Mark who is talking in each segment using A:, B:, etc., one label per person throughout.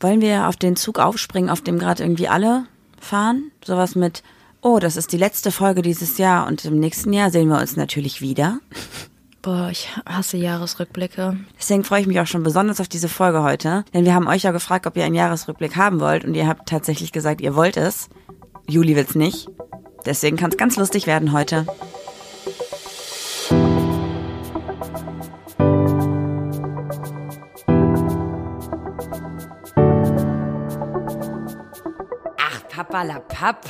A: Wollen wir auf den Zug aufspringen, auf dem gerade irgendwie alle fahren? Sowas mit, oh, das ist die letzte Folge dieses Jahr und im nächsten Jahr sehen wir uns natürlich wieder.
B: Boah, ich hasse Jahresrückblicke.
A: Deswegen freue ich mich auch schon besonders auf diese Folge heute, denn wir haben euch ja gefragt, ob ihr einen Jahresrückblick haben wollt und ihr habt tatsächlich gesagt, ihr wollt es. Juli will's nicht. Deswegen kann es ganz lustig werden heute.
C: Ach, Papa la Papp.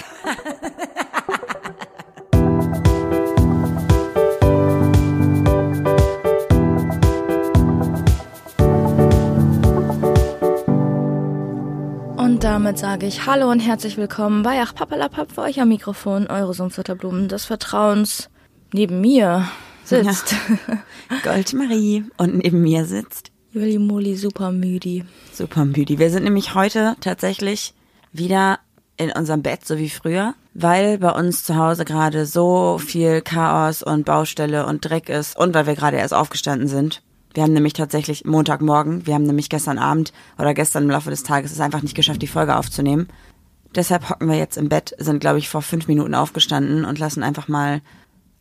B: Und damit sage ich Hallo und herzlich willkommen bei Ach Papalapap für euch am Mikrofon, eure Sumpfutterblumen des Vertrauens. Neben mir sitzt
A: Goldmarie und neben mir sitzt
B: Juli Moli super müde.
A: Super müde. Wir sind nämlich heute tatsächlich wieder in unserem Bett, so wie früher, weil bei uns zu Hause gerade so viel Chaos und Baustelle und Dreck ist und weil wir gerade erst aufgestanden sind. Wir haben nämlich tatsächlich Montagmorgen, wir haben nämlich gestern Abend oder gestern im Laufe des Tages es einfach nicht geschafft, die Folge aufzunehmen. Deshalb hocken wir jetzt im Bett, sind glaube ich vor fünf Minuten aufgestanden und lassen einfach mal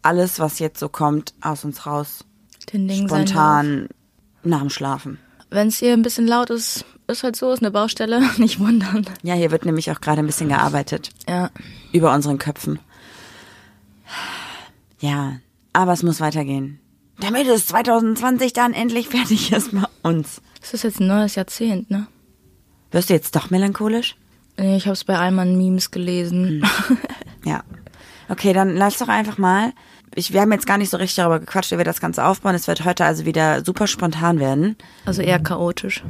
A: alles, was jetzt so kommt, aus uns raus.
B: Den Ding sein Lauf.
A: Spontan nach dem Schlafen.
B: Wenn es hier ein bisschen laut ist, ist halt so, ist eine Baustelle, nicht wundern.
A: Ja, hier wird nämlich auch gerade ein bisschen gearbeitet.
B: Ja,
A: über unseren Köpfen. Ja, aber es muss weitergehen. Damit es 2020 dann endlich fertig ist bei uns.
B: es ist jetzt ein neues Jahrzehnt, ne?
A: Wirst du jetzt doch melancholisch?
B: Nee, Ich hab's bei Alman Memes gelesen.
A: Hm. Ja. Okay, dann lass doch einfach mal. Ich, wir haben jetzt gar nicht so richtig darüber gequatscht, wie wir das Ganze aufbauen. Es wird heute also wieder super spontan werden.
B: Also eher chaotisch.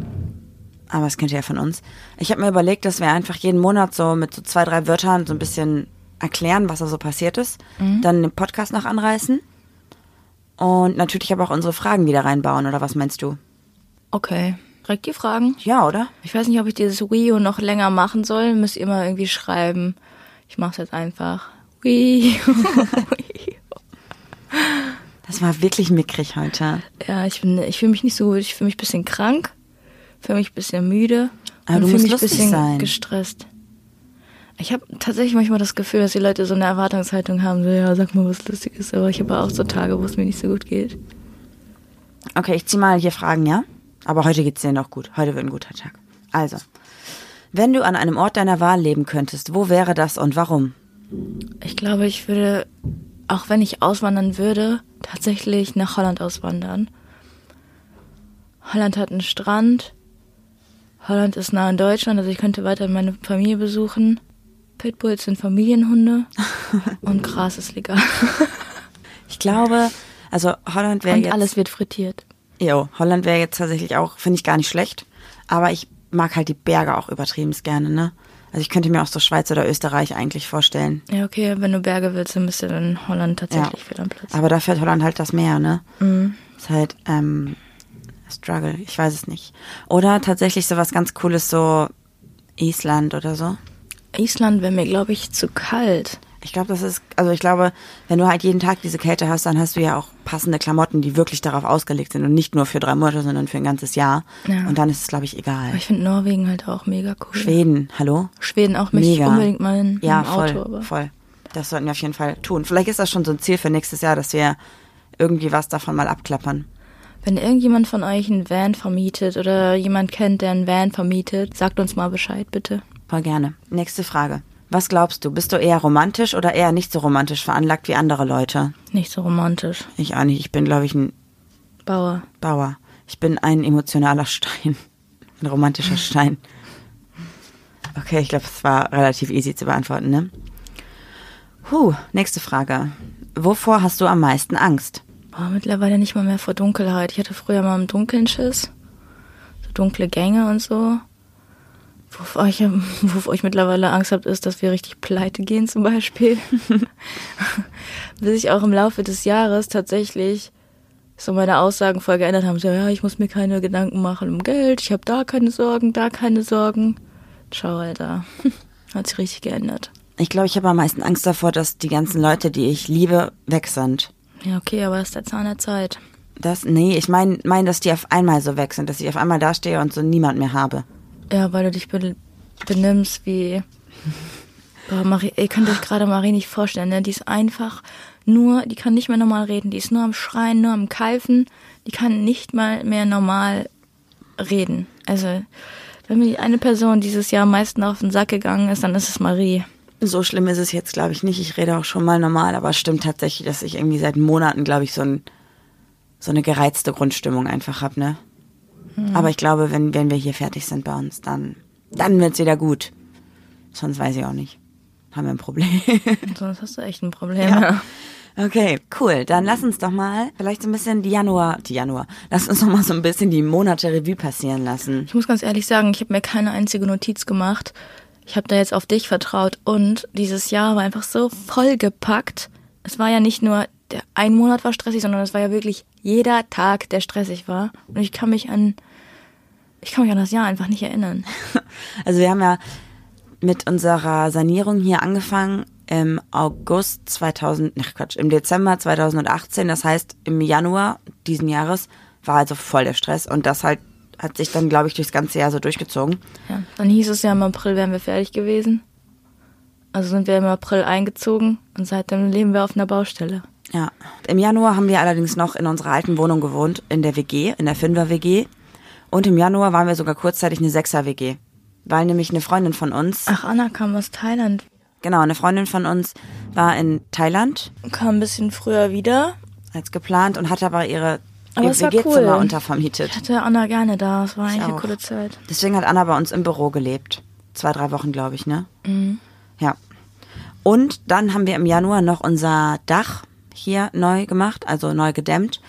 A: Aber das kennt ihr ja von uns. Ich habe mir überlegt, dass wir einfach jeden Monat so mit so zwei, drei Wörtern so ein bisschen erklären, was da so passiert ist.
B: Mhm.
A: Dann den Podcast noch anreißen. Und natürlich aber auch unsere Fragen wieder reinbauen, oder was meinst du?
B: Okay. Direkt die Fragen.
A: Ja, oder?
B: Ich weiß nicht, ob ich dieses Wii noch länger machen soll. Müsst ihr mal irgendwie schreiben. Ich mach's jetzt einfach. Wii.
A: Das war wirklich mickrig heute.
B: ja, ich bin, ich fühle mich nicht so gut. Ich fühle mich ein bisschen krank. Fühle mich ein bisschen müde.
A: Aber
B: und
A: du
B: fühl
A: musst
B: mich ein
A: lustig
B: bisschen
A: sein.
B: gestresst. Ich habe tatsächlich manchmal das Gefühl, dass die Leute so eine Erwartungshaltung haben, so ja, sag mal was Lustiges, aber ich habe auch so Tage, wo es mir nicht so gut geht.
A: Okay, ich zieh mal hier Fragen, ja? Aber heute geht's dir noch gut. Heute wird ein guter Tag. Also, wenn du an einem Ort deiner Wahl leben könntest, wo wäre das und warum?
B: Ich glaube, ich würde, auch wenn ich auswandern würde, tatsächlich nach Holland auswandern. Holland hat einen Strand. Holland ist nah an Deutschland, also ich könnte weiter meine Familie besuchen. Pitbulls sind Familienhunde und Gras ist legal.
A: Ich glaube, also Holland wäre
B: und
A: jetzt.
B: alles wird frittiert.
A: Jo, Holland wäre jetzt tatsächlich auch, finde ich gar nicht schlecht. Aber ich mag halt die Berge auch übertrieben gerne, ne? Also ich könnte mir auch so Schweiz oder Österreich eigentlich vorstellen.
B: Ja, okay, wenn du Berge willst, dann bist du in Holland tatsächlich fehl am Platz.
A: Aber dafür hat Holland halt das Meer, ne?
B: Mhm.
A: Ist halt, ähm, Struggle, ich weiß es nicht. Oder tatsächlich so was ganz Cooles, so Island oder so.
B: Island wäre mir, glaube ich, zu kalt.
A: Ich glaube, das ist, also ich glaube, wenn du halt jeden Tag diese Kälte hast, dann hast du ja auch passende Klamotten, die wirklich darauf ausgelegt sind und nicht nur für drei Monate, sondern für ein ganzes Jahr.
B: Ja.
A: Und dann ist es, glaube ich, egal.
B: Aber ich finde Norwegen halt auch mega cool.
A: Schweden, hallo?
B: Schweden auch möchte ich
A: Mega.
B: unbedingt mal in
A: ja,
B: im
A: voll,
B: Auto. aber.
A: voll. Das sollten wir auf jeden Fall tun. Vielleicht ist das schon so ein Ziel für nächstes Jahr, dass wir irgendwie was davon mal abklappern.
B: Wenn irgendjemand von euch einen Van vermietet oder jemand kennt, der einen Van vermietet, sagt uns mal Bescheid, bitte.
A: Voll gerne. Nächste Frage. Was glaubst du? Bist du eher romantisch oder eher nicht so romantisch veranlagt wie andere Leute?
B: Nicht so romantisch.
A: Ich auch nicht. Ich bin, glaube ich, ein
B: Bauer.
A: Bauer. Ich bin ein emotionaler Stein. Ein romantischer Stein. Okay, ich glaube, es war relativ easy zu beantworten, ne? Huh, nächste Frage. Wovor hast du am meisten Angst?
B: Boah, mittlerweile nicht mal mehr vor Dunkelheit. Ich hatte früher mal im Dunkeln Schiss. So dunkle Gänge und so. Wovor ich, wovor ich mittlerweile Angst habe, ist, dass wir richtig pleite gehen zum Beispiel. Bis ich auch im Laufe des Jahres tatsächlich so meine Aussagen voll geändert haben. So, ja, ich muss mir keine Gedanken machen um Geld. Ich habe da keine Sorgen, da keine Sorgen. Ciao, Alter. Hat sich richtig geändert.
A: Ich glaube, ich habe am meisten Angst davor, dass die ganzen Leute, die ich liebe, weg sind.
B: Ja, okay, aber das ist der Zahn der Zeit.
A: Das, nee, ich meine, mein, dass die auf einmal so weg sind, dass ich auf einmal dastehe und so niemand mehr habe.
B: Ja, weil du dich be benimmst wie. Boah, Marie, ihr könnt euch gerade Marie nicht vorstellen, ne? Die ist einfach nur, die kann nicht mehr normal reden. Die ist nur am Schreien, nur am Keifen. Die kann nicht mal mehr normal reden. Also, wenn mir eine Person dieses Jahr am meisten auf den Sack gegangen ist, dann ist es Marie.
A: So schlimm ist es jetzt, glaube ich, nicht. Ich rede auch schon mal normal, aber es stimmt tatsächlich, dass ich irgendwie seit Monaten, glaube ich, so, ein, so eine gereizte Grundstimmung einfach habe, ne? Aber ich glaube, wenn, wenn wir hier fertig sind bei uns, dann, dann wird's wieder gut. Sonst weiß ich auch nicht. Haben wir ein Problem.
B: Sonst hast du echt ein Problem. Ja.
A: Okay, cool. Dann lass uns doch mal vielleicht so ein bisschen die Januar, die Januar, lass uns doch mal so ein bisschen die Monate Revue passieren lassen.
B: Ich muss ganz ehrlich sagen, ich habe mir keine einzige Notiz gemacht. Ich habe da jetzt auf dich vertraut und dieses Jahr war einfach so vollgepackt. Es war ja nicht nur der ein Monat war stressig, sondern es war ja wirklich jeder Tag, der stressig war. Und ich kann mich an, ich kann mich an das Jahr einfach nicht erinnern.
A: Also wir haben ja mit unserer Sanierung hier angefangen im August 2000, ach Quatsch, im Dezember 2018. Das heißt, im Januar diesen Jahres war also voll der Stress und das halt hat sich dann, glaube ich, durchs ganze Jahr so durchgezogen.
B: Ja. Dann hieß es ja, im April wären wir fertig gewesen. Also sind wir im April eingezogen und seitdem leben wir auf einer Baustelle.
A: Ja. Im Januar haben wir allerdings noch in unserer alten Wohnung gewohnt, in der WG, in der Fünfer-WG. Und im Januar waren wir sogar kurzzeitig eine Sechser-WG. Weil nämlich eine Freundin von uns,
B: Ach, Anna kam aus Thailand,
A: genau, eine Freundin von uns war in Thailand
B: kam ein bisschen früher wieder.
A: als geplant und hatte aber ihre
B: Aber
A: ihr
B: es war
A: WG-Zimmer
B: cool.
A: untervermietet.
B: Ich hatte Anna gerne da, es war eigentlich eine
A: auch.
B: coole Zeit.
A: Deswegen hat Anna bei uns im Büro gelebt. Zwei, drei Wochen, glaube ich, ne?
B: Mhm.
A: Ja. Und dann haben wir im Januar noch unser Dach hier neu gemacht, also neu gedämmt.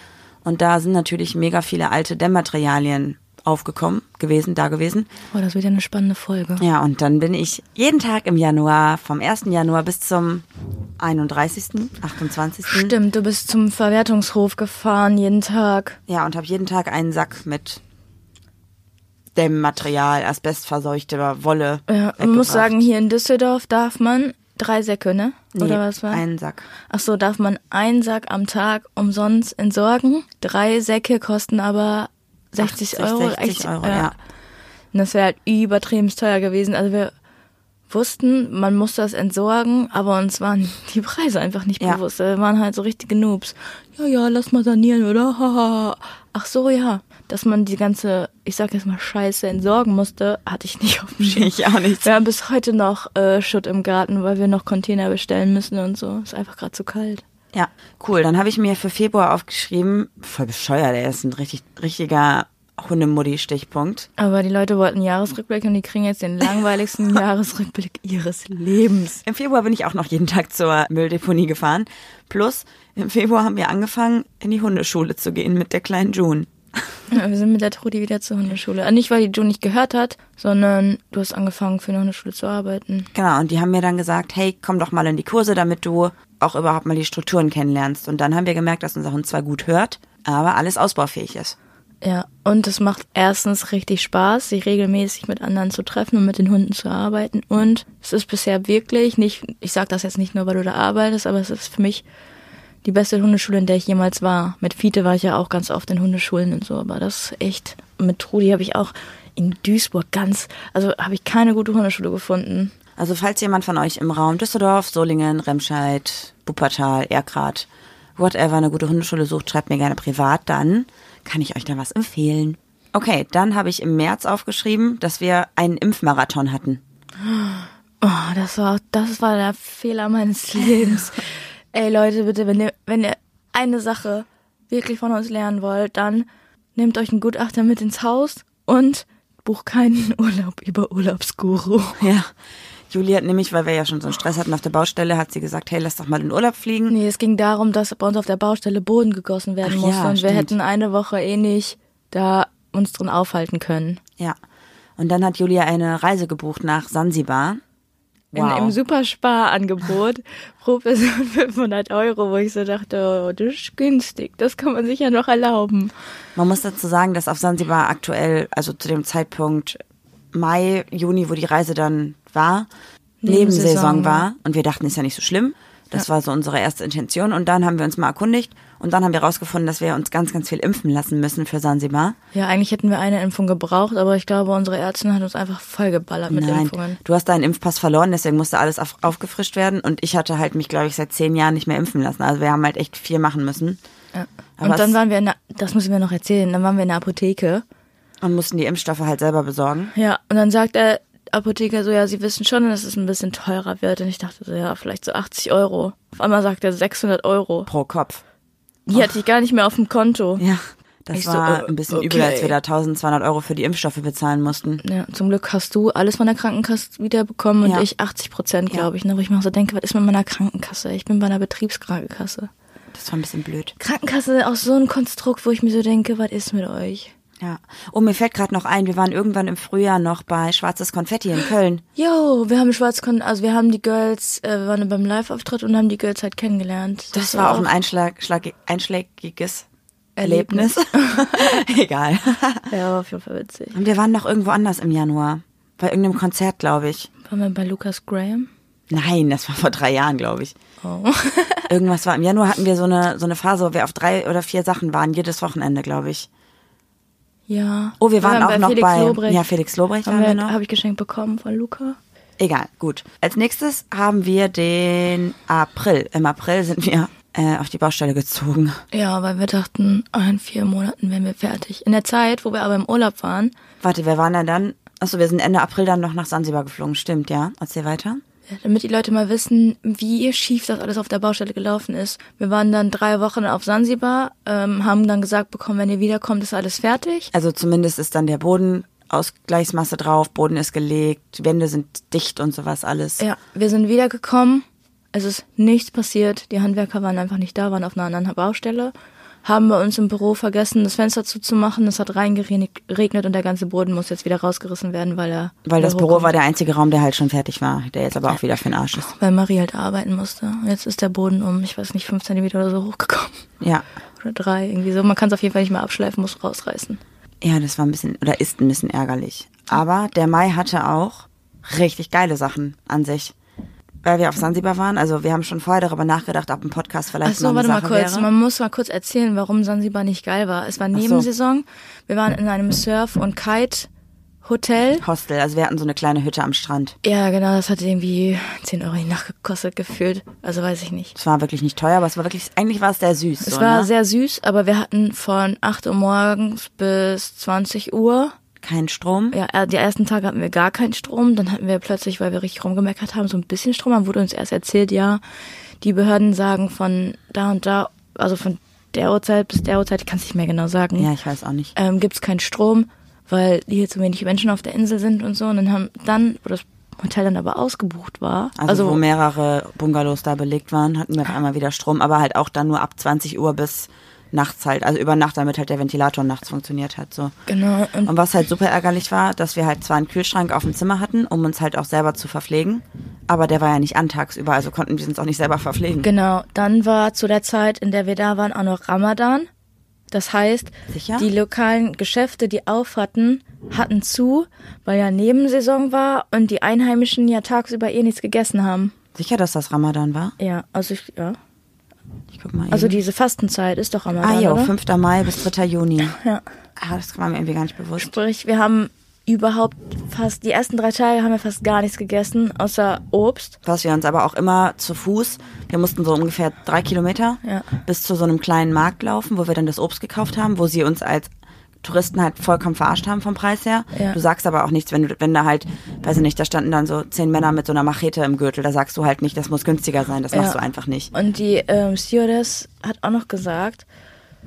A: Und da sind natürlich mega viele alte Dämmmaterialien aufgekommen, gewesen, da gewesen.
B: Boah, Oh, das wird ja eine spannende Folge.
A: Ja, und dann bin ich jeden Tag im Januar, vom 1. Januar bis zum 31., 28.
B: Stimmt, du bist zum Verwertungshof gefahren jeden Tag.
A: Ja, und habe jeden Tag einen Sack mit Dämmmaterial, asbestverseuchter Wolle.
B: Ja, man
A: weggebracht.
B: muss sagen, hier in Düsseldorf darf man drei Säcke, ne?
A: Nee,
B: Oder was war?
A: Einen Sack.
B: Ach so, darf man einen Sack am Tag umsonst entsorgen. Drei Säcke kosten aber
A: 80,
B: 60 Euro.
A: 60 Euro, ja.
B: Und das wäre halt übertrieben teuer gewesen. Also wir wussten, man muss das entsorgen, aber uns waren die Preise einfach nicht
A: Ja.
B: bewusst. Wir waren halt so richtige Noobs. Ja, ja, lass mal sanieren, oder? Haha. Ach so, ja. Dass man die ganze, ich sag jetzt mal, Scheiße entsorgen musste, hatte ich nicht auf dem Schirm.
A: Ich auch nicht.
B: Wir haben bis heute noch äh, Schutt im Garten, weil wir noch Container bestellen müssen und so. Ist einfach gerade zu kalt.
A: Ja, cool. Dann habe ich mir für Februar aufgeschrieben, voll bescheuert, er ist ein richtig, richtiger Hundemuddi-Stichpunkt.
B: Aber die Leute wollten einen Jahresrückblick und die kriegen jetzt den langweiligsten Jahresrückblick ihres Lebens.
A: Im Februar bin ich auch noch jeden Tag zur Mülldeponie gefahren. Plus, im Februar haben wir angefangen, in die Hundeschule zu gehen mit der kleinen June.
B: Ja, wir sind mit der Trudi wieder zur Hundeschule. Äh, Nicht, weil die June nicht gehört hat, sondern du hast angefangen, für eine Hundeschule zu arbeiten.
A: Genau, und die haben mir dann gesagt, hey, komm doch mal in die Kurse, damit du auch überhaupt mal die Strukturen kennenlernst. Und dann haben wir gemerkt, dass unser Hund zwar gut hört, aber alles ausbaufähig ist.
B: Ja, und es macht erstens richtig Spaß, sich regelmäßig mit anderen zu treffen und mit den Hunden zu arbeiten. Und es ist bisher wirklich nicht, ich sag das jetzt nicht nur, weil du da arbeitest, aber es ist für mich die beste Hundeschule, in der ich jemals war. Mit Fiete war ich ja auch ganz oft in Hundeschulen und so, aber das ist echt. Und mit Trudi habe ich auch in Duisburg ganz, also habe ich keine gute Hundeschule gefunden.
A: Also falls jemand von euch im Raum Düsseldorf, Solingen, Remscheid, Wuppertal, Erkrath, whatever eine gute Hundeschule sucht, schreibt mir gerne privat, dann kann ich euch da was empfehlen. Okay, dann habe ich im März aufgeschrieben, dass wir einen Impfmarathon hatten.
B: Oh, das war, das war der Fehler meines Lebens. Ey Leute, bitte, wenn ihr, wenn ihr eine Sache wirklich von uns lernen wollt, dann nehmt euch einen Gutachter mit ins Haus und bucht keinen Urlaub über Urlaubsguru.
A: Ja. Julie hat nämlich, weil wir ja schon so einen Stress hatten auf der Baustelle, hat sie gesagt, hey, lass doch mal in den Urlaub fliegen.
B: Nee, es ging darum, dass bei uns auf der Baustelle Boden gegossen werden
A: Ach ja,
B: musste und wir
A: stimmt.
B: hätten eine Woche eh nicht da uns drin aufhalten können.
A: Ja. Und dann hat Julia eine Reise gebucht nach Sansibar. Wow.
B: In, Im Superspar-Angebot pro Person 500 Euro, wo ich so dachte, oh, das ist günstig, das kann man sich ja noch erlauben.
A: Man muss dazu sagen, dass auf Sansibar aktuell, also zu dem Zeitpunkt Mai, Juni, wo die Reise dann war,
B: Nebensaison
A: Nebensaison
B: war.
A: war. Und wir dachten, ist ja nicht so schlimm. Das war so unsere erste Intention. Und dann haben wir uns mal erkundigt und dann haben wir rausgefunden, dass wir uns ganz, ganz viel impfen lassen müssen für Sansibar.
B: Ja, eigentlich hätten wir eine Impfung gebraucht, aber ich glaube, unsere Ärztin hat uns einfach vollgeballert mit
A: Nein,
B: Impfungen.
A: du hast deinen Impfpass verloren, deswegen musste alles auf, aufgefrischt werden. Und ich hatte halt mich, glaube ich, seit zehn Jahren nicht mehr impfen lassen. Also wir haben halt echt viel machen müssen.
B: Ja.
A: Aber
B: Und dann
A: es-
B: waren wir in der, das müssen wir noch erzählen, dann waren wir in der Apotheke.
A: Und mussten die Impfstoffe halt selber besorgen.
B: Ja, und dann sagt der Apotheker so, ja, sie wissen schon, dass es ein bisschen teurer wird. Und ich dachte so, ja, vielleicht so 80 Euro. Auf einmal sagt er 600 Euro.
A: Pro Kopf.
B: Die hatte ich gar nicht mehr auf dem Konto.
A: Ja, das
B: Ich so,
A: war
B: äh,
A: ein bisschen übel, als
B: okay.
A: wir da 1200 Euro für die Impfstoffe bezahlen mussten.
B: Ja, zum Glück hast du alles von der Krankenkasse wiederbekommen und
A: Ja.
B: ich 80 Prozent, glaube ich. Ne? Wo ich mir auch so denke, was ist mit meiner Krankenkasse? Ich bin bei einer Betriebskrankenkasse.
A: Das war ein bisschen blöd.
B: Krankenkasse auch so ein Konstrukt, wo ich mir so denke, was ist mit euch?
A: Ja. Oh, mir fällt gerade noch ein, wir waren irgendwann im Frühjahr noch bei Schwarzes Konfetti in Köln.
B: Yo, wir haben Schwarzkon, also wir haben die Girls, äh, wir waren beim Live-Auftritt und haben die Girls halt kennengelernt.
A: Das war auch ein Einschlag, Schlag, einschlägiges Erlebnis. Egal.
B: Ja, auf jeden Fall witzig.
A: Und wir waren noch irgendwo anders im Januar. Bei irgendeinem Konzert, glaube ich.
B: Waren wir bei Lucas Graham?
A: Nein, das war vor drei Jahren, glaube ich.
B: Oh.
A: Irgendwas war im Januar hatten wir so eine, so eine Phase, wo wir auf drei oder vier Sachen waren, jedes Wochenende, glaube ich.
B: ja.
A: Oh, wir waren auch noch
B: Felix
A: bei
B: Lobrecht.
A: Ja, Felix Lobrecht
B: haben
A: waren wir noch.
B: Habe ich geschenkt bekommen von Luca.
A: Egal, gut. Als nächstes haben wir den April. Im April sind wir äh, auf die Baustelle gezogen.
B: Ja, weil wir dachten, ah, in vier Monaten wären wir fertig. In der Zeit, wo wir aber im Urlaub waren,
A: Warte, wer waren denn dann? Achso, wir sind Ende April dann noch nach Sansibar geflogen. Stimmt, ja. Erzähl weiter.
B: ja, damit die Leute mal wissen, wie schief das alles auf der Baustelle gelaufen ist. Wir waren dann drei Wochen auf Sansibar, ähm, haben dann gesagt bekommen, wenn ihr wiederkommt, ist alles fertig.
A: Also zumindest ist dann der Boden Ausgleichsmasse drauf, Boden ist gelegt, Wände sind dicht und sowas alles.
B: Ja, wir sind wiedergekommen. Es ist nichts passiert. Die Handwerker waren einfach nicht da, waren auf einer anderen Baustelle. Haben bei uns im Büro vergessen, das Fenster zuzumachen. Es hat reingeregnet und der ganze Boden muss jetzt wieder rausgerissen werden, weil er.
A: Weil das
B: wieder
A: Büro
B: hochkommt.
A: war der einzige Raum, der halt schon fertig war, der jetzt aber auch wieder für den Arsch ist.
B: Weil Marie halt arbeiten musste. Jetzt ist der Boden um, ich weiß nicht, fünf Zentimeter oder so hochgekommen.
A: Ja.
B: Oder drei, irgendwie so. Man kann es auf jeden Fall nicht mehr abschleifen, muss rausreißen.
A: Ja, das war ein bisschen, oder ist ein bisschen ärgerlich. Aber der Mai hatte auch richtig geile Sachen an sich. Weil wir auf Sansibar waren, also wir haben schon vorher darüber nachgedacht, ob ein Podcast vielleicht
B: Achso,
A: noch eine
B: warte mal
A: Sache
B: kurz.
A: wäre.
B: Man muss mal kurz erzählen, warum Sansibar nicht geil war. Es war
A: so.
B: Nebensaison. Wir waren in einem Surf- und Kite-Hotel.
A: Hostel, also wir hatten so eine kleine Hütte am Strand.
B: Ja, genau, das hat irgendwie 10 Euro die Nacht gekostet, gefühlt. Also weiß ich nicht.
A: Es war wirklich nicht teuer, aber es war wirklich, eigentlich war es sehr süß.
B: Es
A: so,
B: war
A: ne?
B: sehr süß, aber wir hatten von 8 Uhr morgens bis 20 Uhr.
A: Kein Strom.
B: Ja, äh, die ersten Tage hatten wir gar keinen Strom. Dann hatten wir plötzlich, weil wir richtig rumgemeckert haben, so ein bisschen Strom. Dann wurde uns erst erzählt, ja, die Behörden sagen von da und da, also von der Uhrzeit bis der Uhrzeit, ich kann es nicht mehr genau sagen.
A: Ja, ich weiß auch nicht.
B: ähm, gibt es keinen Strom, weil hier zu wenig Menschen auf der Insel sind und so. Und dann haben dann, wo das Hotel dann aber ausgebucht war,
A: Also, wo mehrere Bungalows da belegt waren, hatten wir auf einmal wieder Strom, aber halt auch dann nur ab 20 Uhr bis nachts halt, also über Nacht, damit halt der Ventilator nachts funktioniert hat. So.
B: genau, und
A: Und was halt super ärgerlich war, dass wir halt zwar einen Kühlschrank auf dem Zimmer hatten, um uns halt auch selber zu verpflegen, aber der war ja nicht an tagsüber, also konnten wir uns auch nicht selber verpflegen.
B: Genau, dann war zu der Zeit, in der wir da waren, auch noch Ramadan. Das heißt,
A: Sicher?
B: die lokalen Geschäfte, die auf hatten, hatten zu, weil ja Nebensaison war und die Einheimischen ja tagsüber eh nichts gegessen haben.
A: Sicher, dass das Ramadan war?
B: Ja, also ich, ja.
A: Ich guck mal. Eben.
B: Also diese Fastenzeit ist doch Ramadan,
A: Mhm. ah jo,
B: oder?
A: 5. Mai bis 3. Juni.
B: Ja.
A: Ah, das war mir irgendwie gar nicht bewusst.
B: Sprich, wir haben überhaupt fast, die ersten drei Tage haben wir fast gar nichts gegessen, außer Obst.
A: Was wir uns aber auch immer zu Fuß, wir mussten so ungefähr drei Kilometer
B: Ja.
A: bis zu so einem kleinen Markt laufen, wo wir dann das Obst gekauft haben, wo sie uns als Touristen halt vollkommen verarscht haben vom Preis her.
B: Ja.
A: Du sagst aber auch nichts, wenn du, wenn da halt, weiß ich nicht, da standen dann so zehn Männer mit so einer Machete im Gürtel, da sagst du halt nicht, das muss günstiger sein, das machst
B: Ja.
A: du einfach nicht.
B: Und die ähm, Stewardess hat auch noch gesagt,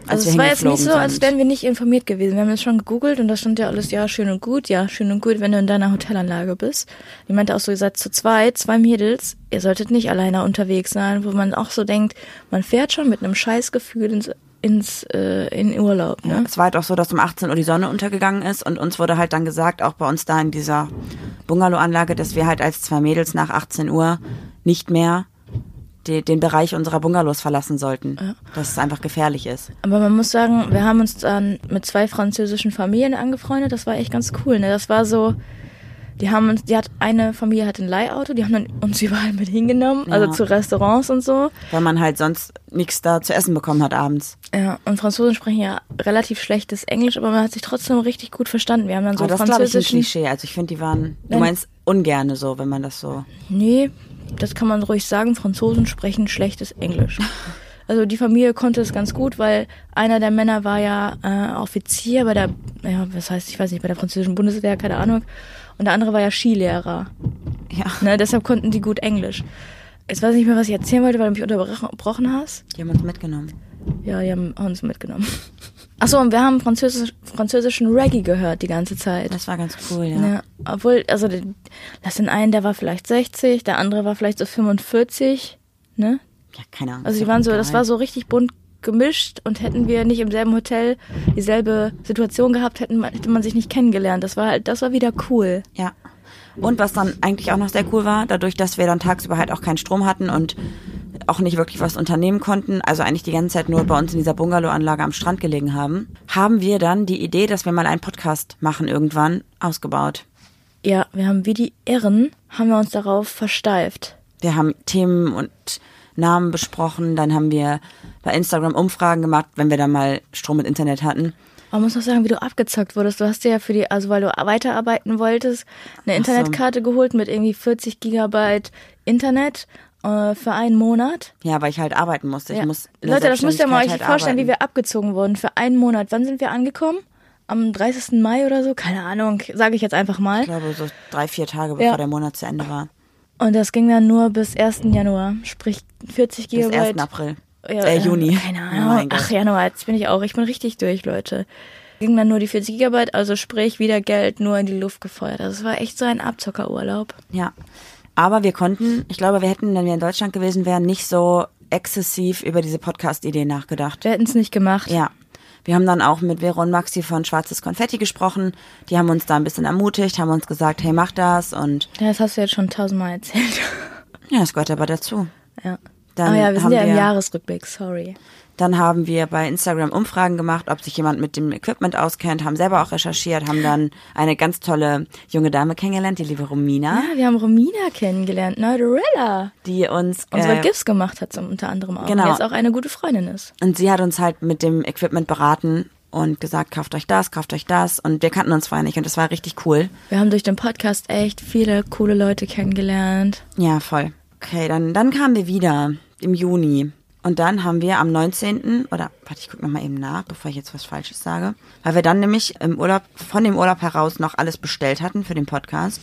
A: Als
B: also
A: wir
B: es war jetzt nicht
A: hingeflogen
B: so, als
A: sind.
B: wären wir nicht informiert gewesen. Wir haben das schon gegoogelt und da stand ja alles, ja, schön und gut, ja, schön und gut, wenn du in deiner Hotelanlage bist. Die meinte auch so, ihr seid zu zweit, zwei Mädels, ihr solltet nicht alleine unterwegs sein, wo man auch so denkt, man fährt schon mit einem Scheißgefühl ins, ins äh, in Urlaub, ne?
A: Es war halt auch so, dass um 18 Uhr die Sonne untergegangen ist und uns wurde halt dann gesagt, auch bei uns da in dieser Bungalow-Anlage, dass wir halt als zwei Mädels nach 18 Uhr nicht mehr de- den Bereich unserer Bungalows verlassen sollten. Dass es einfach gefährlich ist.
B: Aber man muss sagen, wir haben uns dann mit zwei französischen Familien angefreundet. Das war echt ganz cool. Ne? Das war so, Die haben uns, die hat eine Familie hat ein Leihauto, die haben dann uns überall mit hingenommen, also
A: Ja.
B: zu Restaurants und so.
A: Weil man halt sonst nichts da zu essen bekommen hat abends.
B: Ja, und Franzosen sprechen ja relativ schlechtes Englisch, aber man hat sich trotzdem richtig gut verstanden. Wir haben dann so
A: Aber Ah, das glaube ich ein
B: französischen
A: Klischee. Also ich finde, die waren, du
B: Nein.
A: meinst ungerne so, wenn man das so.
B: Nee, das kann man ruhig sagen. Franzosen sprechen schlechtes Englisch. Also die Familie konnte es ganz gut, weil einer der Männer war ja äh, Offizier bei der, ja, was heißt, ich weiß nicht, bei der französischen Bundeswehr, keine Ahnung. Und der andere war ja Skilehrer.
A: Ja.
B: Ne, deshalb konnten die gut Englisch. Jetzt weiß ich nicht mehr, was ich erzählen wollte, weil du mich unterbrochen hast.
A: Die haben uns mitgenommen.
B: Ja, die haben uns mitgenommen. Achso, und wir haben französisch, französischen Reggae gehört die ganze Zeit.
A: Das war ganz cool, ja.
B: Ja, obwohl, also den- lass den einen, der war vielleicht 60, der andere war vielleicht so 45, ne?
A: Ja, keine Ahnung.
B: Also
A: ist
B: die
A: doch
B: waren so, das
A: egal.
B: war so richtig bunt gemischt und hätten wir nicht im selben Hotel dieselbe Situation gehabt, hätten, man- hätte man sich nicht kennengelernt. Das war halt, das war wieder cool.
A: Ja. Und was dann eigentlich auch noch sehr cool war, dadurch, dass wir dann tagsüber halt auch keinen Strom hatten und auch nicht wirklich was unternehmen konnten, also eigentlich die ganze Zeit nur bei uns in dieser Bungalow-Anlage am Strand gelegen haben, haben wir dann die Idee, dass wir mal einen Podcast machen irgendwann, ausgebaut.
B: Ja, wir haben wie die Irren, haben wir uns darauf versteift.
A: Wir haben Themen und Namen besprochen, dann haben wir bei Instagram Umfragen gemacht, wenn wir da mal Strom und Internet hatten.
B: Man muss noch sagen, wie du abgezockt wurdest. Du hast dir ja für die, also weil du weiterarbeiten wolltest, eine
A: so.
B: Internetkarte geholt mit irgendwie 40 Gigabyte Internet äh, für einen Monat.
A: Ja, weil ich halt arbeiten musste. Ich
B: Ja.
A: muss in der
B: Leute, das müsst ihr mal euch
A: Selbstständigkeit halt
B: vorstellen, wie
A: arbeiten.
B: wir abgezogen wurden für einen Monat. Wann sind wir angekommen? Am 30. Mai oder so? Keine Ahnung, sage ich jetzt einfach mal.
A: Ich glaube, so drei, vier Tage, bevor
B: Ja.
A: der Monat zu Ende war.
B: Und das ging dann nur bis 1. Januar, sprich 40
A: Bis
B: Gigabyte.
A: 1. April.
B: Ja, ähm,
A: äh, Juni.
B: Keine
A: Oh mein
B: Ahnung.
A: Gott.
B: Ach, Januar, jetzt bin ich auch. Ich bin richtig durch, Leute. Ging dann nur die 40 Gigabyte, also sprich wieder Geld nur in die Luft gefeuert. Also es war echt so ein Abzockerurlaub.
A: Ja. Aber wir konnten, ich glaube, wir hätten, wenn wir in Deutschland gewesen wären, nicht so exzessiv über diese Podcast-Idee nachgedacht.
B: Wir hätten es nicht gemacht.
A: Ja. Wir haben dann auch mit Vero und Maxi von Schwarzes Konfetti gesprochen. Die haben uns da ein bisschen ermutigt, haben uns gesagt, hey, mach das. Und
B: Ja, Das hast du jetzt schon tausendmal erzählt.
A: ja, das gehört aber dazu.
B: ja.
A: Dann
B: ah ja, wir sind
A: haben
B: ja im
A: wir-
B: Jahresrückblick, sorry.
A: Dann haben wir bei Instagram Umfragen gemacht, ob sich jemand mit dem Equipment auskennt, haben selber auch recherchiert, haben dann eine ganz tolle junge Dame kennengelernt, die liebe Romina,
B: Ja, Ah, wir haben Romina kennengelernt, Nerdarella.
A: die uns
B: unsere
A: äh,
B: GIFs gemacht hat, zum, unter anderem auch.
A: genau.
B: Und jetzt auch eine gute Freundin ist.
A: Und sie hat uns halt mit dem Equipment beraten und gesagt, kauft euch das, kauft euch das. Und wir kannten uns vorher nicht und das war richtig cool.
B: Wir haben durch den Podcast echt viele coole Leute kennengelernt.
A: Ja, voll. Okay, dann, dann kamen wir wieder im Juni. Und dann haben wir am 19. oder warte, ich gucke nochmal eben nach, bevor ich jetzt was Falsches sage. Weil wir dann nämlich im Urlaub, von dem Urlaub heraus noch alles bestellt hatten für den Podcast.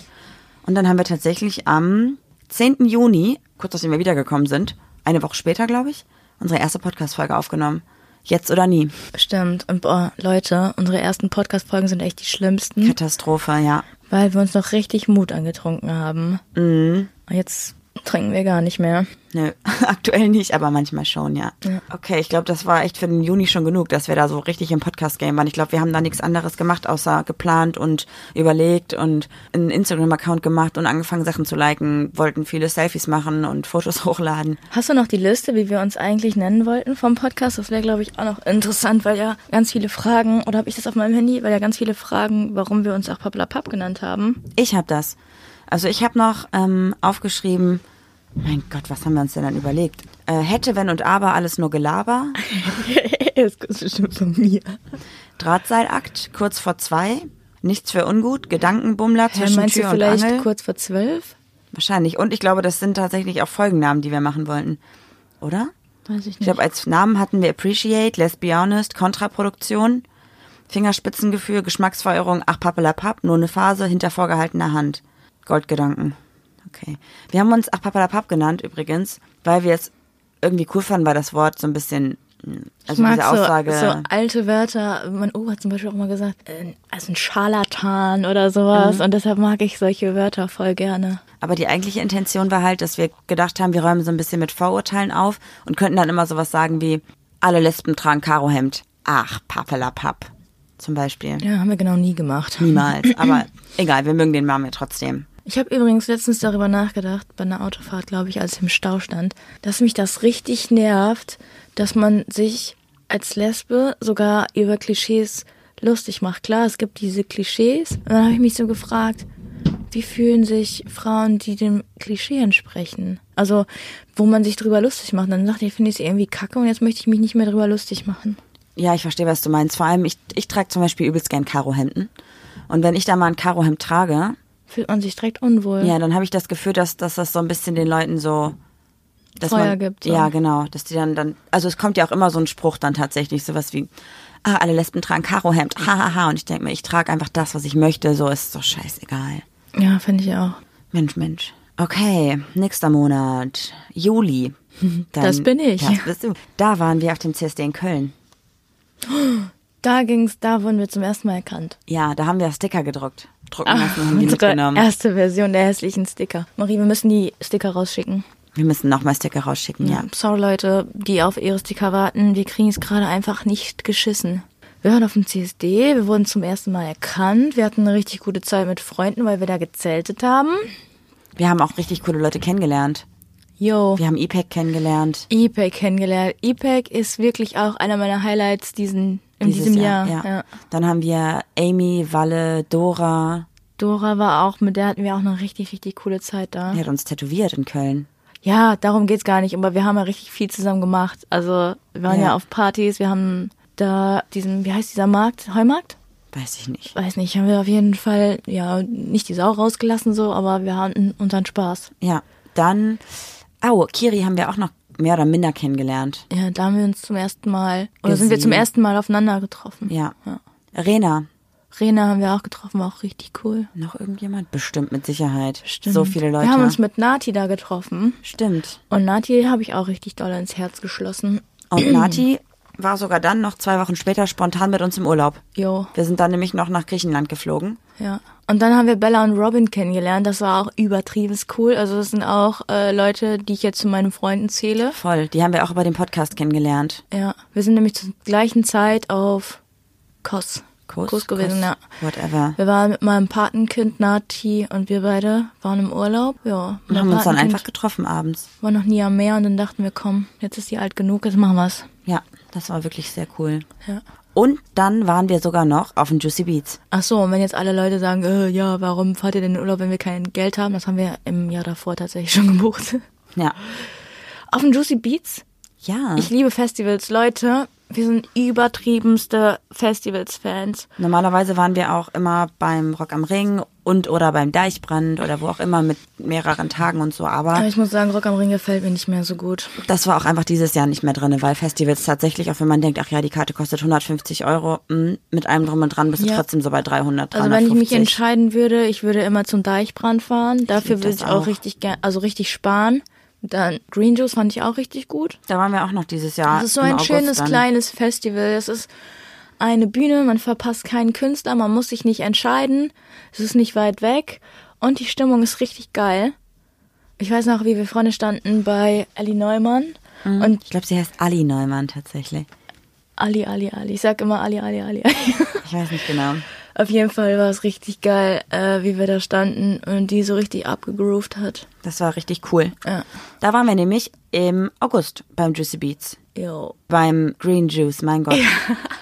A: Und dann haben wir tatsächlich am 10. Juni, kurz nachdem wir wiedergekommen sind, eine Woche später, glaube ich, unsere erste Podcast-Folge aufgenommen. Jetzt oder nie.
B: Stimmt. Und boah, Leute, unsere ersten Podcast-Folgen sind echt die schlimmsten,
A: Katastrophe, ja.
B: weil wir uns noch richtig Mut angetrunken haben. Mhm. Und jetzt trinken wir gar nicht mehr.
A: Nö, aktuell nicht, aber manchmal schon, ja. Okay, ich glaube, das war echt für den Juni schon genug, dass wir da so richtig im Podcast-Game waren. Ich glaube, wir haben da nichts anderes gemacht, außer geplant und überlegt und einen Instagram-Account gemacht und angefangen, Sachen zu liken, wollten viele Selfies machen und Fotos hochladen.
B: Hast du noch die Liste, wie wir uns eigentlich nennen wollten vom Podcast? Das wäre, glaube ich, auch noch interessant, weil ja ganz viele Fragen, oder habe ich das auf meinem Handy, weil ja ganz viele Fragen, warum wir uns auch Pablapap genannt haben.
A: Ich habe das. Also ich habe noch ähm, aufgeschrieben, mein Gott, was haben wir uns denn dann überlegt? Äh, hätte, wenn und aber, alles nur Gelaber,
B: das kommt bestimmt von mir.
A: Drahtseilakt, kurz vor zwei, nichts für ungut, Gedankenbummler
B: Hä,
A: zwischen
B: meinst
A: Tür
B: du vielleicht
A: und Angel.
B: kurz vor zwölf?
A: Wahrscheinlich. Und ich glaube, das sind tatsächlich auch Folgennamen, die wir machen wollten. Oder?
B: Weiß ich
A: Ich glaube, als Namen hatten wir Appreciate, Let's Be Honest, Kontraproduktion, Fingerspitzengefühl, Geschmacksfeuerung, Ach Pappelapapp, nur eine Phase, hinter vorgehaltener Hand. Goldgedanken. Okay. Wir haben uns Ach Pappelapapp genannt übrigens, weil wir es irgendwie cool fanden, weil das Wort so ein bisschen, mh, also
B: mag
A: diese
B: so,
A: Aussage.
B: so alte Wörter. Mein Opa hat zum Beispiel auch mal gesagt, äh, also ein Scharlatan oder sowas.
A: Mhm.
B: Und deshalb mag ich solche Wörter voll gerne.
A: Aber die eigentliche Intention war halt, dass wir gedacht haben, wir räumen so ein bisschen mit Vorurteilen auf und könnten dann immer sowas sagen wie, alle Lesben tragen Karohemd. Ach, pappelapapp. Zum Beispiel.
B: Ja, haben wir genau nie gemacht.
A: Niemals. Aber egal, wir mögen den Namen ja trotzdem.
B: Ich habe übrigens letztens darüber nachgedacht, bei einer Autofahrt, glaube ich, als ich im Stau stand, dass mich das richtig nervt, dass man sich als Lesbe sogar über Klischees lustig macht. Klar, es gibt diese Klischees. Und dann habe ich mich so gefragt, Wie fühlen sich Frauen, die dem Klischee entsprechen? Also, wo man sich drüber lustig macht. Dann sagt ihr, finde ich sie irgendwie kacke und jetzt möchte ich mich nicht mehr drüber lustig machen.
A: Ja, ich verstehe, was du meinst. Vor allem, ich, ich trage zum Beispiel übelst gern Karohemden. Und wenn ich da mal ein Karohemd trage,
B: Fühlt man sich direkt unwohl.
A: ja, dann habe ich das Gefühl, dass, dass das so ein bisschen den Leuten so. Dass
B: Feuer
A: man,
B: gibt, so.
A: Ja, genau. Dass die dann, dann. Also es kommt ja auch immer so ein Spruch dann tatsächlich, sowas wie, ah, alle Lesben tragen Karohemd. Hahaha. Ha, ha. Und ich denke mir, ich trage einfach das, was ich möchte, so ist doch scheißegal.
B: ja finde ich auch.
A: Mensch, Mensch. Okay, nächster Monat. Juli. Dann-
B: Das bin ich.
A: Das bist du. Da waren wir auf dem CSD in Köln.
B: Da ging's, da wurden wir zum ersten Mal erkannt.
A: Ja, da haben wir Sticker gedruckt. Drucken lassen haben die
B: Ah, Unsere
A: mitgenommen.
B: erste Version der hässlichen Sticker. Marie, wir müssen die Sticker rausschicken.
A: Wir müssen nochmal Sticker rausschicken, ja.
B: Sorry Leute, die auf ihre Sticker warten, wir kriegen es gerade einfach nicht geschissen. Wir waren auf dem CSD, wir wurden zum ersten Mal erkannt, wir hatten eine richtig gute Zeit mit Freunden, weil wir da gezeltet haben.
A: Wir haben auch richtig coole Leute kennengelernt.
B: Yo,
A: Wir haben IPEC kennengelernt.
B: EPEC kennengelernt. EPEC ist wirklich auch einer meiner Highlights diesen, in diesem Jahr.
A: Ja. Dann haben wir Amy, Walle, Dora.
B: Dora war auch, mit der hatten wir auch eine richtig, richtig coole Zeit da.
A: Die hat uns tätowiert in Köln.
B: Ja, darum geht's gar nicht, aber wir haben ja richtig viel zusammen gemacht. Also wir waren ja,
A: Ja.
B: auf Partys, wir haben da diesen, wie heißt dieser Markt? Heumarkt?
A: Weiß ich nicht.
B: Weiß nicht, haben wir auf jeden Fall, ja, nicht die Sau rausgelassen so, aber wir hatten unseren Spaß.
A: Ja. Dann, au, Kiri haben wir auch noch mehr oder minder kennengelernt.
B: Ja, da haben wir uns zum ersten Mal, oder sind wir
A: Gesehen.
B: zum ersten Mal aufeinander getroffen.
A: Ja. Rena.
B: Rena haben wir auch getroffen, war auch richtig cool.
A: Noch irgendjemand? Bestimmt, mit Sicherheit.
B: Stimmt.
A: So viele Leute.
B: Wir haben uns mit Nati da getroffen
A: Stimmt.
B: und Nati habe ich auch richtig doll ins Herz geschlossen.
A: Und Nati war sogar dann noch zwei Wochen später spontan mit uns im Urlaub.
B: Jo.
A: Wir sind dann nämlich noch nach Griechenland geflogen.
B: Ja. Und dann haben wir Bella und Robin kennengelernt. Das war auch übertrieben cool. Also das sind auch äh, Leute, die ich jetzt zu meinen Freunden zähle.
A: Voll. Die haben wir auch über den Podcast kennengelernt.
B: Ja. Wir sind nämlich zur gleichen Zeit auf Kos. Kos gewesen, ja.
A: Whatever.
B: Wir waren mit meinem Patenkind Nati und wir beide waren im Urlaub. Ja.
A: Und
B: Mein
A: haben uns dann
B: Patenkind
A: einfach getroffen abends.
B: war noch nie am Meer und dann dachten wir, komm, jetzt ist sie alt genug, jetzt machen wir's.
A: Ja, das war wirklich sehr cool.
B: Ja.
A: Und dann waren wir sogar noch auf den Juicy Beats.
B: Ach so, und wenn jetzt alle Leute sagen, äh, ja, warum fahrt ihr denn in den Urlaub, wenn wir kein Geld haben? Das haben wir im Jahr davor tatsächlich schon gebucht.
A: Ja.
B: Auf den Juicy Beats
A: Ja.
B: Ich liebe Festivals, Leute. Wir sind übertriebenste Festivals-Fans.
A: Normalerweise waren wir auch immer beim Rock am Ring und oder beim Deichbrand oder wo auch immer mit mehreren Tagen und so.
B: Aber
A: Aber
B: ich muss sagen, Rock am Ring gefällt mir nicht mehr so gut.
A: das war auch einfach dieses Jahr nicht mehr drin, weil Festivals tatsächlich, auch wenn man denkt, ach ja, die Karte kostet 150 Euro, mh, mit allem drum und dran bist du
B: Ja.
A: trotzdem so bei 300, 350.
B: Also wenn ich mich entscheiden würde, ich würde immer zum Deichbrand fahren. Dafür
A: lieb
B: würde
A: das
B: ich auch,
A: auch.
B: richtig gerne, also richtig sparen. Dann Green Juice fand ich auch richtig gut.
A: Da waren wir auch noch dieses Jahr.
B: Es ist Also so
A: im
B: ein
A: August
B: schönes
A: dann.
B: kleines Festival. Es ist eine Bühne, man verpasst keinen Künstler, man muss sich nicht entscheiden. Es ist nicht weit weg und die Stimmung ist richtig geil. Ich weiß noch, wie wir Freunde standen bei Ellie Neumann und
A: Ich glaube, sie heißt Ali Neumann tatsächlich.
B: Ali, Ali, Ali. Ich sag immer Ali, Ali, Ali. Ali.
A: Ich weiß nicht genau.
B: Auf jeden Fall war es richtig geil, äh, wie wir da standen und die so richtig abgegroovt hat.
A: Das war richtig cool.
B: Ja.
A: Da waren wir nämlich im August beim Juicy Beats.
B: Yo.
A: Beim Green Juice, mein Gott.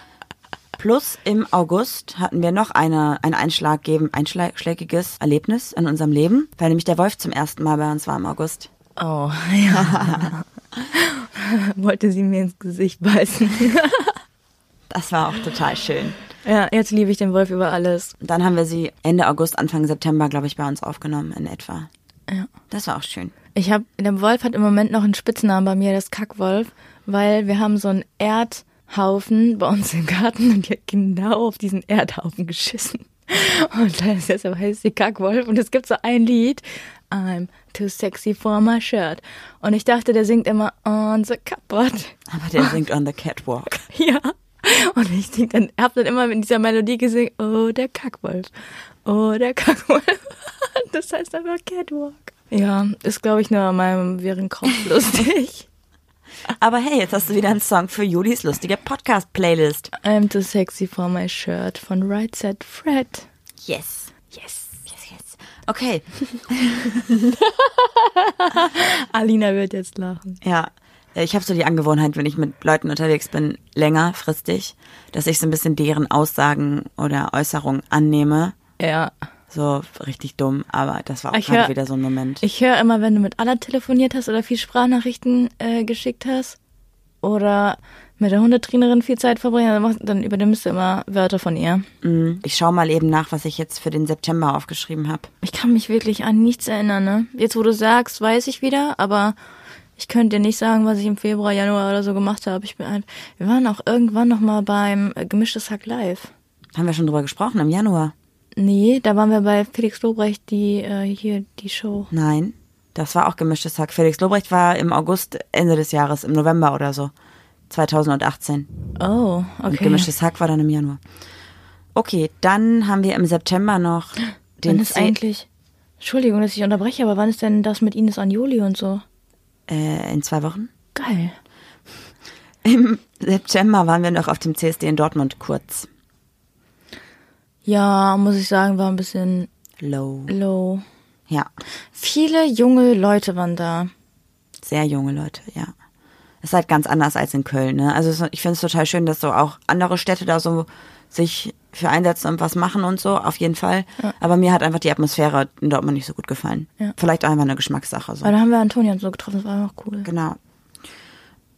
A: Plus im August hatten wir noch eine, ein einschlaggebend, einschlägiges Erlebnis in unserem Leben, weil nämlich der Wolf zum ersten Mal bei uns war im August.
B: Oh, ja. Wollte sie mir ins Gesicht beißen.
A: Das war auch total schön.
B: ja, jetzt liebe ich den Wolf über alles.
A: Dann haben wir sie Ende August, Anfang September, glaube ich, bei uns aufgenommen in etwa.
B: Ja.
A: Das war auch schön.
B: Ich habe, der Wolf hat im Moment noch einen Spitznamen bei mir, das Kackwolf, weil wir haben so einen Erdhaufen bei uns im Garten und die hat genau auf diesen Erdhaufen geschissen. Und da ist jetzt aber heißt sie Kackwolf und es gibt so ein Lied, I'm too sexy for my shirt. Und ich dachte, der singt immer on the cupboard.
A: Aber der singt on the catwalk.
B: Ja. Und ich sing dann, hab dann immer mit dieser Melodie gesungen, oh, der Kackwolf. Oh, der Kackwolf. Das heißt einfach Catwalk. Ja, ist, glaube ich, nur an meinem wirren Kopf lustig.
A: Aber hey, jetzt hast du wieder einen Song für Julis lustige Podcast-Playlist.
B: I'm too sexy for my shirt von Right Said Fred.
A: Yes. Yes. Yes, yes. Okay.
B: Alina wird jetzt lachen.
A: Ja, äh, ich habe so die Angewohnheit, wenn ich mit Leuten unterwegs bin, längerfristig, dass ich so ein bisschen deren Aussagen oder Äußerungen annehme
B: Ja.
A: So richtig dumm, aber das war auch
B: Ich
A: gerade
B: hör-
A: wieder so ein Moment.
B: Ich höre immer, wenn du mit Anna telefoniert hast oder viel Sprachnachrichten äh, geschickt hast oder mit der Hundetrainerin viel Zeit verbringen, dann, machst- dann übernimmst du immer Wörter von ihr.
A: Mhm. Ich schau mal eben nach, was ich jetzt für den September aufgeschrieben habe.
B: Ich kann mich wirklich an nichts erinnern, ne? Jetzt, wo du sagst, weiß ich wieder, aber ich könnte dir nicht sagen, was ich im Februar, Januar oder so gemacht habe. Ich bin ein, wir waren auch irgendwann noch mal beim äh, Gemischtes Hack Live.
A: Haben wir schon drüber gesprochen im Januar?
B: Nee, da waren wir bei Felix Lobrecht, die äh, hier die Show.
A: Nein. Das war auch gemischtes Hack. Felix Lobrecht war im August, Ende des Jahres, im November oder so. 2018.
B: Oh,
A: Und
B: okay.
A: gemischtes Hack war dann im Januar. Okay, dann haben wir im September noch den
B: wann ist
A: zeh-
B: eigentlich? Entschuldigung, dass ich unterbreche, aber wann ist denn das mit Ines Anjoli und so?
A: äh, in zwei Wochen.
B: Geil.
A: Im September waren wir noch auf dem CSD in Dortmund kurz.
B: Ja, muss ich sagen, war ein bisschen
A: Low.
B: low.
A: Ja,
B: Viele junge Leute waren da.
A: sehr junge Leute, ja. Ist halt ganz anders als in Köln, ne? Also es- ich finde es total schön, dass so auch andere Städte da so sich für einsetzen und was machen und so, auf jeden Fall. Aber mir hat einfach die Atmosphäre in Dortmund nicht so gut gefallen.
B: Ja.
A: Vielleicht auch einfach eine Geschmackssache. So.
B: Aber da haben wir Antonia und so getroffen, das war auch cool.
A: Genau.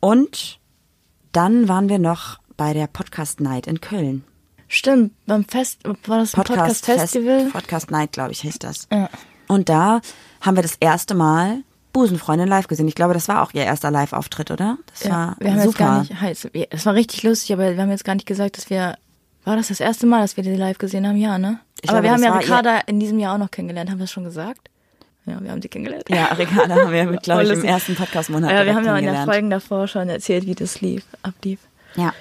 A: Und dann waren wir noch bei der Podcast Night in Köln.
B: Stimmt, beim Fest, war das ein
A: Podcast,
B: Podcast-Festival?
A: Fest, Podcast Night, glaube ich, heißt das.
B: Ja.
A: Und da haben wir das erste Mal Busenfreundin live gesehen. Ich glaube, das war auch ihr erster Live-Auftritt, oder? Das war
B: wir haben
A: super.
B: jetzt gar nicht, heiß- wir- es war richtig lustig, aber wir haben jetzt gar nicht gesagt, dass wir, war das das erste Mal, dass wir die live gesehen haben? Ja, ne?
A: Ich
B: aber
A: glaube,
B: wir haben
A: das
B: ja
A: war ihr-
B: Ricarda in diesem Jahr auch noch kennengelernt, haben wir das schon gesagt? Ja, wir haben sie kennengelernt.
A: ja, Ricarda haben wir, mit, glaube ich, im
B: Volles-
A: ersten Podcast-Monat
B: Ja, wir
A: direkt
B: haben ja in der
A: kennengelernt.
B: Folgen davor schon erzählt, wie das lief, ablief.
A: Ja,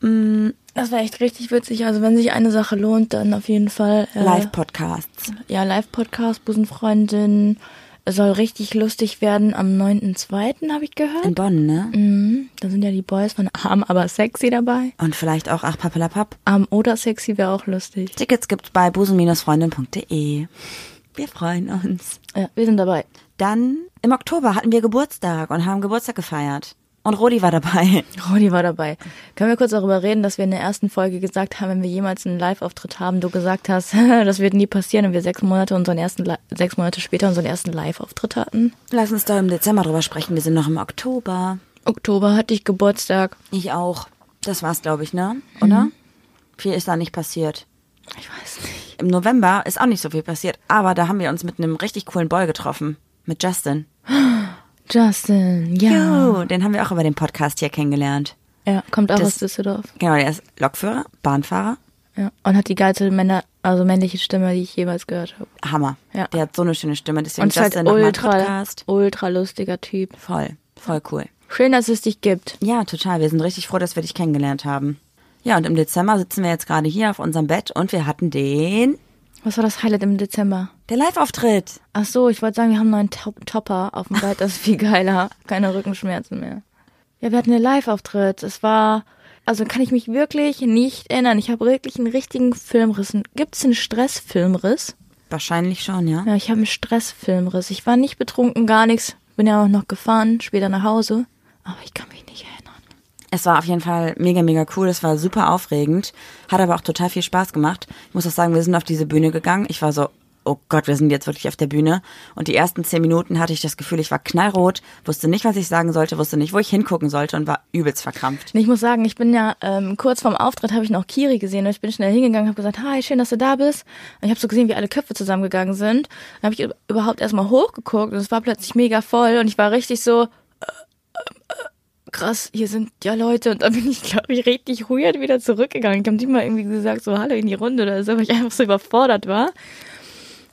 B: Das war echt richtig witzig. Also wenn sich eine Sache lohnt, dann auf jeden Fall äh,
A: Live-Podcasts.
B: Ja, Live-Podcast, Busenfreundin. Soll richtig lustig werden am 9.2. habe ich
A: In
B: gehört.
A: Bonn, ne?
B: Mhm. Da sind ja die Boys von Arm aber sexy dabei.
A: Und vielleicht auch Ach Pappelapapp.
B: Arm oder sexy wäre auch lustig.
A: Tickets gibt's bei busen-freundin.de. Wir freuen uns.
B: Ja, wir sind dabei.
A: Dann im Oktober hatten wir Geburtstag und haben Geburtstag gefeiert. Und Rodi war dabei.
B: Rodi war dabei. Können wir kurz darüber reden, dass wir in der ersten Folge gesagt haben, wenn wir jemals einen Live-Auftritt haben, du gesagt hast, das wird nie passieren und wir sechs Monate unseren ersten Li- sechs Monate später unseren ersten Live-Auftritt hatten.
A: Lass uns da im Dezember drüber sprechen. Wir sind noch im Oktober.
B: Oktober hatte ich Geburtstag.
A: Ich auch. Das war's, glaube ich, ne? Oder? Viel ist da nicht passiert.
B: Ich weiß nicht.
A: Im November ist auch nicht so viel passiert, aber da haben wir uns mit einem richtig coolen Boy getroffen. Mit Justin.
B: Justin, ja.
A: Jo, den haben wir auch über den Podcast hier kennengelernt.
B: Er kommt auch
A: Das-
B: aus Düsseldorf.
A: Genau, der ist Lokführer, Bahnfahrer.
B: Ja. Und hat die geilste Männer, also männliche Stimme, die ich jemals gehört habe.
A: Hammer.
B: Ja.
A: Der hat so eine schöne Stimme, deswegen
B: Und ist halt
A: Justin nochmal im
B: ultra,
A: Podcast.
B: ultra lustiger Typ.
A: Voll, voll cool.
B: Schön, dass es dich gibt.
A: Ja, total. Wir sind richtig froh, dass wir dich kennengelernt haben. Ja, und im Dezember sitzen wir jetzt gerade hier auf unserem Bett und wir hatten den,
B: Was war das Highlight im Dezember?
A: der Live-Auftritt.
B: Ach so, ich wollte sagen, wir haben einen neuen Top Topper auf dem Bett. Das ist viel geiler. Keine Rückenschmerzen mehr. Ja, wir hatten einen Live-Auftritt. Es war, also kann ich mich wirklich nicht erinnern. Ich habe wirklich einen richtigen Filmriss. Gibt es einen Stressfilmriss?
A: Wahrscheinlich schon, ja.
B: Ja, ich habe einen Stressfilmriss. Ich war nicht betrunken, gar nichts. Bin ja auch noch gefahren, später nach Hause. Aber ich kann mich nicht erinnern.
A: Es war auf jeden Fall mega, mega cool. Es war super aufregend. Hat aber auch total viel Spaß gemacht. Ich muss auch sagen, wir sind auf diese Bühne gegangen. Ich war so, oh Gott, wir sind jetzt wirklich auf der Bühne. Und die ersten zehn Minuten hatte ich das Gefühl, ich war knallrot, wusste nicht, was ich sagen sollte, wusste nicht, wo ich hingucken sollte und war übelst verkrampft.
B: Und ich muss sagen, ich bin ja ähm, kurz vorm Auftritt habe ich noch Kiri gesehen und ich bin schnell hingegangen, habe gesagt, hi, schön, dass du da bist. Und ich habe so gesehen, wie alle Köpfe zusammengegangen sind. Dann habe ich ü- überhaupt erstmal hochgeguckt und es war plötzlich mega voll und ich war richtig so äh, äh, krass, hier sind ja Leute und dann bin ich glaube ich richtig weird wieder zurückgegangen. Ich habe nicht mal irgendwie gesagt so hallo in die Runde oder so, weil ich einfach so überfordert war.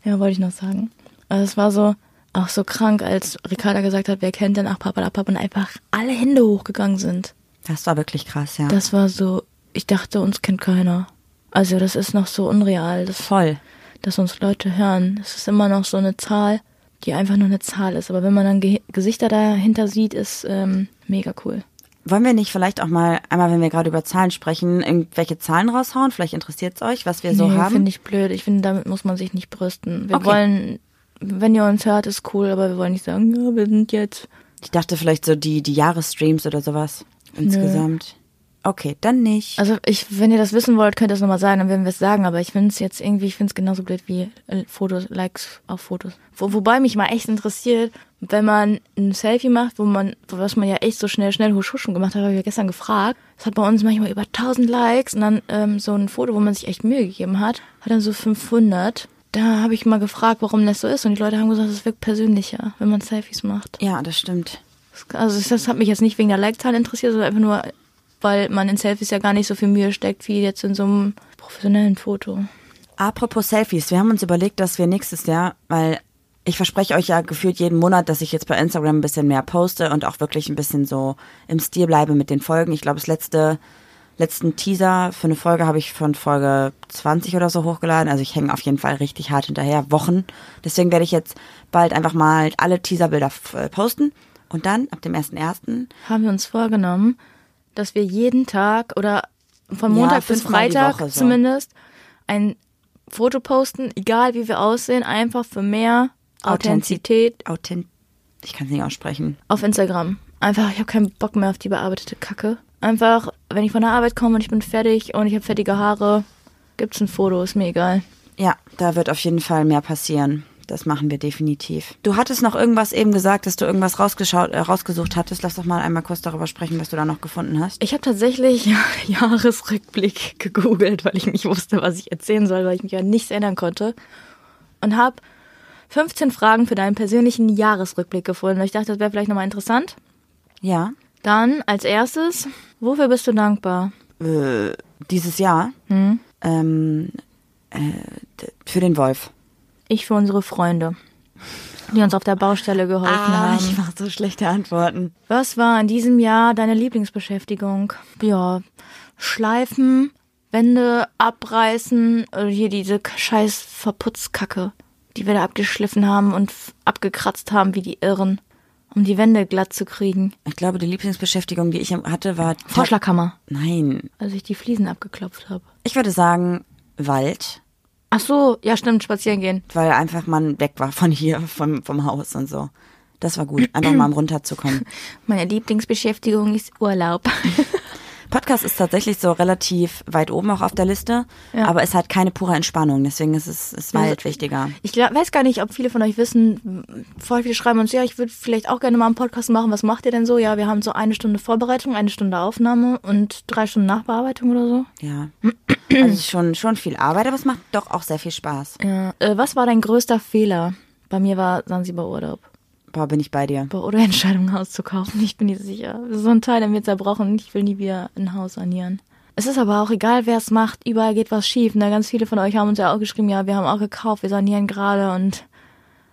B: Ja, wollte ich noch sagen. Also es war so auch so krank, als Ricarda gesagt hat, wer kennt denn ach Papa, da Papa und einfach alle Hände hochgegangen sind.
A: Das war wirklich krass, ja.
B: Das war so, ich dachte, uns kennt keiner. Also das ist noch so unreal, dass,
A: Voll.
B: dass uns Leute hören. Es ist immer noch so eine Zahl, die einfach nur eine Zahl ist. Aber wenn man dann Ge Gesichter dahinter sieht, ist ähm, mega cool.
A: Wollen wir nicht vielleicht auch mal, einmal wenn wir gerade über Zahlen sprechen, irgendwelche Zahlen raushauen? Vielleicht interessiert es euch, was wir so
B: nee,
A: Also haben.
B: finde ich blöd. Ich finde, damit muss man sich nicht brüsten. Wir
A: Okay.
B: wollen, wenn ihr uns hört, ist cool, aber wir wollen nicht sagen, ja, wir sind jetzt.
A: Ich dachte vielleicht so die, die Jahresstreams oder sowas insgesamt. Okay, dann nicht.
B: Also ich, wenn ihr das wissen wollt, könnt ihr es nochmal sagen, dann werden wir es sagen. Aber ich finde es jetzt irgendwie, ich finde es genauso blöd wie äh, Fotos, Likes auf Fotos. Wo, wobei mich mal echt interessiert, wenn man ein Selfie macht, wo man, was man ja echt so schnell, schnell husch, husch schon gemacht hat, habe ich ja gestern gefragt. Es hat bei uns manchmal über 1000 Likes und dann ähm, so ein Foto, wo man sich echt Mühe gegeben hat, hat dann so 500. Da habe ich mal gefragt, warum das so ist. Und die Leute haben gesagt, es wirkt persönlicher, wenn man Selfies macht.
A: Ja, das stimmt.
B: Also das hat mich jetzt nicht wegen der Like-Zahl interessiert, sondern einfach nur, weil man in Selfies ja gar nicht so viel Mühe steckt wie jetzt in so einem professionellen Foto.
A: Apropos Selfies, wir haben uns überlegt, dass wir nächstes Jahr, weil ich verspreche euch ja gefühlt jeden Monat, dass ich jetzt bei Instagram ein bisschen mehr poste und auch wirklich ein bisschen so im Stil bleibe mit den Folgen. Ich glaube, das letzte letzten Teaser für eine Folge habe ich von Folge 20 oder so hochgeladen. Also ich hänge auf jeden Fall richtig hart hinterher, Wochen. Deswegen werde ich jetzt bald einfach mal alle Teaserbilder äh, posten. Und dann, ab dem 1.1.,
B: Haben wir uns vorgenommen, dass wir jeden Tag oder von
A: Ja,
B: Montag bis
A: fünfmal die
B: Freitag
A: Woche so.
B: zumindest ein Foto posten, egal wie wir aussehen, einfach für mehr Authentizität
A: Authent ich kann es nicht aussprechen.
B: auf Instagram. Einfach, ich habe keinen Bock mehr auf die bearbeitete Kacke. Einfach, wenn ich von der Arbeit komme und ich bin fertig und ich habe fertige Haare, gibt's ein Foto, ist mir egal.
A: Ja, da wird auf jeden Fall mehr passieren. Das machen wir definitiv. Du hattest noch irgendwas eben gesagt, dass du irgendwas rausgeschaut, äh, rausgesucht hattest. Lass doch mal einmal kurz darüber sprechen, was du da noch gefunden hast.
B: Ich habe tatsächlich Jahresrückblick gegoogelt, weil ich nicht wusste, was ich erzählen soll, weil ich mich ja nichts ändern konnte. Und habe 15 Fragen für deinen persönlichen Jahresrückblick gefunden. Ich dachte, das wäre vielleicht nochmal interessant.
A: Ja.
B: Dann als erstes, wofür bist du dankbar?
A: Äh, dieses Jahr. Ähm, äh, d- für den Wolf.
B: Ich für unsere Freunde, die uns auf der Baustelle geholfen haben.
A: mache Ah, so schlechte Antworten.
B: Was war in diesem Jahr deine Lieblingsbeschäftigung? Ja, schleifen, Wände abreißen, äh, hier diese K- scheiß Verputzkacke, die wir da abgeschliffen haben und f- abgekratzt haben wie die Irren, um die Wände glatt zu kriegen.
A: Ich glaube, die Lieblingsbeschäftigung, die ich hatte, war...
B: Vorschlaghammer,
A: Nein.
B: als ich die Fliesen abgeklopft habe.
A: Ich würde sagen, Wald.
B: Ach so, ja stimmt, spazieren gehen.
A: weil einfach man weg war von hier, vom, vom Haus und so. Das war gut, einfach mal um runterzukommen.
B: Meine Lieblingsbeschäftigung ist Urlaub.
A: Podcast ist tatsächlich so relativ weit oben auch auf der Liste,
B: Ja.
A: aber es hat keine pure Entspannung, deswegen ist es ist Wald wichtiger.
B: Ich glaub, weiß gar nicht, ob viele von euch wissen, m, voll viele schreiben uns, ja, ich würde vielleicht auch gerne mal einen Podcast machen, was macht ihr denn so? Ja, wir haben so eine Stunde Vorbereitung, eine Stunde Aufnahme und drei Stunden Nachbearbeitung oder so.
A: Ja. Also es ist schon, schon viel Arbeit, aber es macht doch auch sehr viel Spaß.
B: Ja. Äh, was war dein größter Fehler? Bei mir war Sansibar Urlaub.
A: Boah, bin ich bei dir.
B: Bei Oder Entscheidung, ein Haus zu kaufen, ich bin nicht sicher. Das ist so ein Teil, der mir zerbrochen ich will nie wieder ein Haus sanieren. Es ist aber auch egal, wer es macht, überall geht was schief. Na, ganz viele von euch haben uns ja auch geschrieben, ja, wir haben auch gekauft, wir sanieren gerade und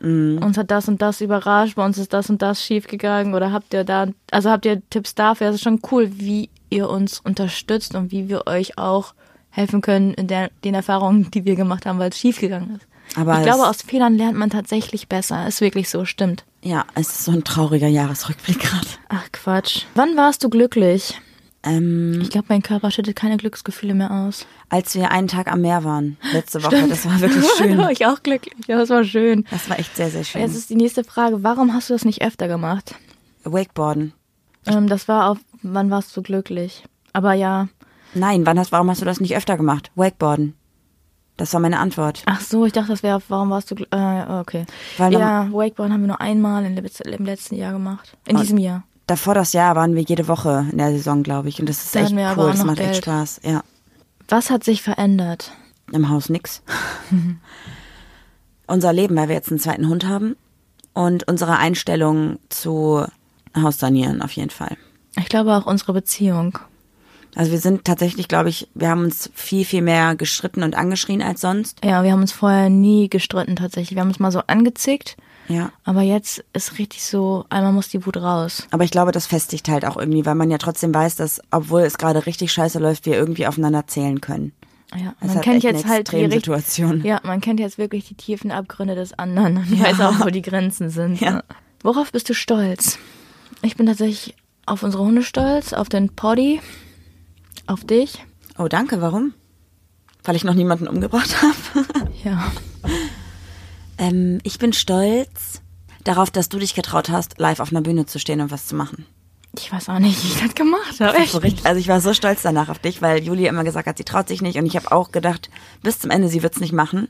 A: Mhm.
B: uns hat das und das überrascht, bei uns ist das und das schief gegangen oder habt ihr da, also habt ihr Tipps dafür? Es ist schon cool, wie ihr uns unterstützt und wie wir euch auch helfen können in der, den Erfahrungen, die wir gemacht haben, weil es schief gegangen ist.
A: Aber
B: ich glaube,
A: es-
B: aus Fehlern lernt man tatsächlich besser. Ist wirklich so, stimmt.
A: Ja, es ist so ein trauriger Jahresrückblick gerade.
B: Ach Quatsch. Wann warst du glücklich?
A: Ähm,
B: Ich glaube, mein Körper schüttet keine Glücksgefühle mehr aus.
A: als wir einen Tag am Meer waren, letzte Woche, das war wirklich schön.
B: war ich auch glücklich. Ja, das war schön.
A: Das war echt sehr, sehr
B: Jetzt
A: schön.
B: ist die nächste Frage. Warum hast du das nicht öfter gemacht?
A: Wakeboarden.
B: Ähm, das war auf, wann warst du glücklich? Aber ja.
A: Nein, wann hast, warum hast du das nicht öfter gemacht? Wakeboarden. Das war meine Antwort.
B: Ach so, ich dachte, das wäre auf, warum warst du glücklich? Äh, okay.
A: Weil man- Ah.
B: ja, Wakeboard haben wir nur einmal in, letz- im letzten Jahr gemacht. In diesem Jahr.
A: Davor das Jahr waren wir jede Woche in der Saison, glaube ich. Und das ist
B: Da
A: echt
B: hatten wir aber
A: cool.
B: auch
A: Das
B: noch
A: macht echt
B: Geld.
A: Spaß. Ja,
B: Was hat sich verändert?
A: im Haus nix. Unser Leben, weil wir jetzt einen zweiten Hund haben. Und unsere Einstellung zu Haus sanieren auf jeden Fall.
B: Ich glaube auch unsere Beziehung.
A: Also wir sind tatsächlich, glaube ich, wir haben uns viel, viel mehr geschritten und angeschrien als sonst.
B: Ja, wir haben uns vorher nie gestritten tatsächlich. Wir haben uns mal so angezickt.
A: Ja.
B: Aber jetzt ist richtig so, einmal muss die Wut raus.
A: Aber ich glaube, das festigt halt auch irgendwie, weil man ja trotzdem weiß, dass, obwohl es gerade richtig scheiße läuft, wir irgendwie aufeinander zählen können.
B: Ja,
A: Es
B: man
A: hat
B: kennt
A: echt
B: jetzt
A: eine
B: halt die richt-
A: Extremsituation.
B: Ja, man kennt jetzt wirklich die tiefen Abgründe des anderen und weiß auch, wo die Grenzen sind.
A: Ja.
B: ne? Worauf bist du stolz? Ich bin tatsächlich auf unsere Hunde stolz, auf den Potty, auf dich.
A: Oh, danke. Warum? Weil ich noch niemanden umgebracht habe.
B: Ja.
A: ähm, ich bin stolz darauf, dass du dich getraut hast, live auf einer Bühne zu stehen und was zu machen.
B: Ich weiß auch nicht, wie ich das gemacht habe.
A: So
B: Echt
A: richtig-
B: nicht.
A: Also ich war so stolz danach auf dich, weil Julia immer gesagt hat, sie traut sich nicht. Und ich habe auch gedacht, bis zum Ende, sie wird es nicht machen.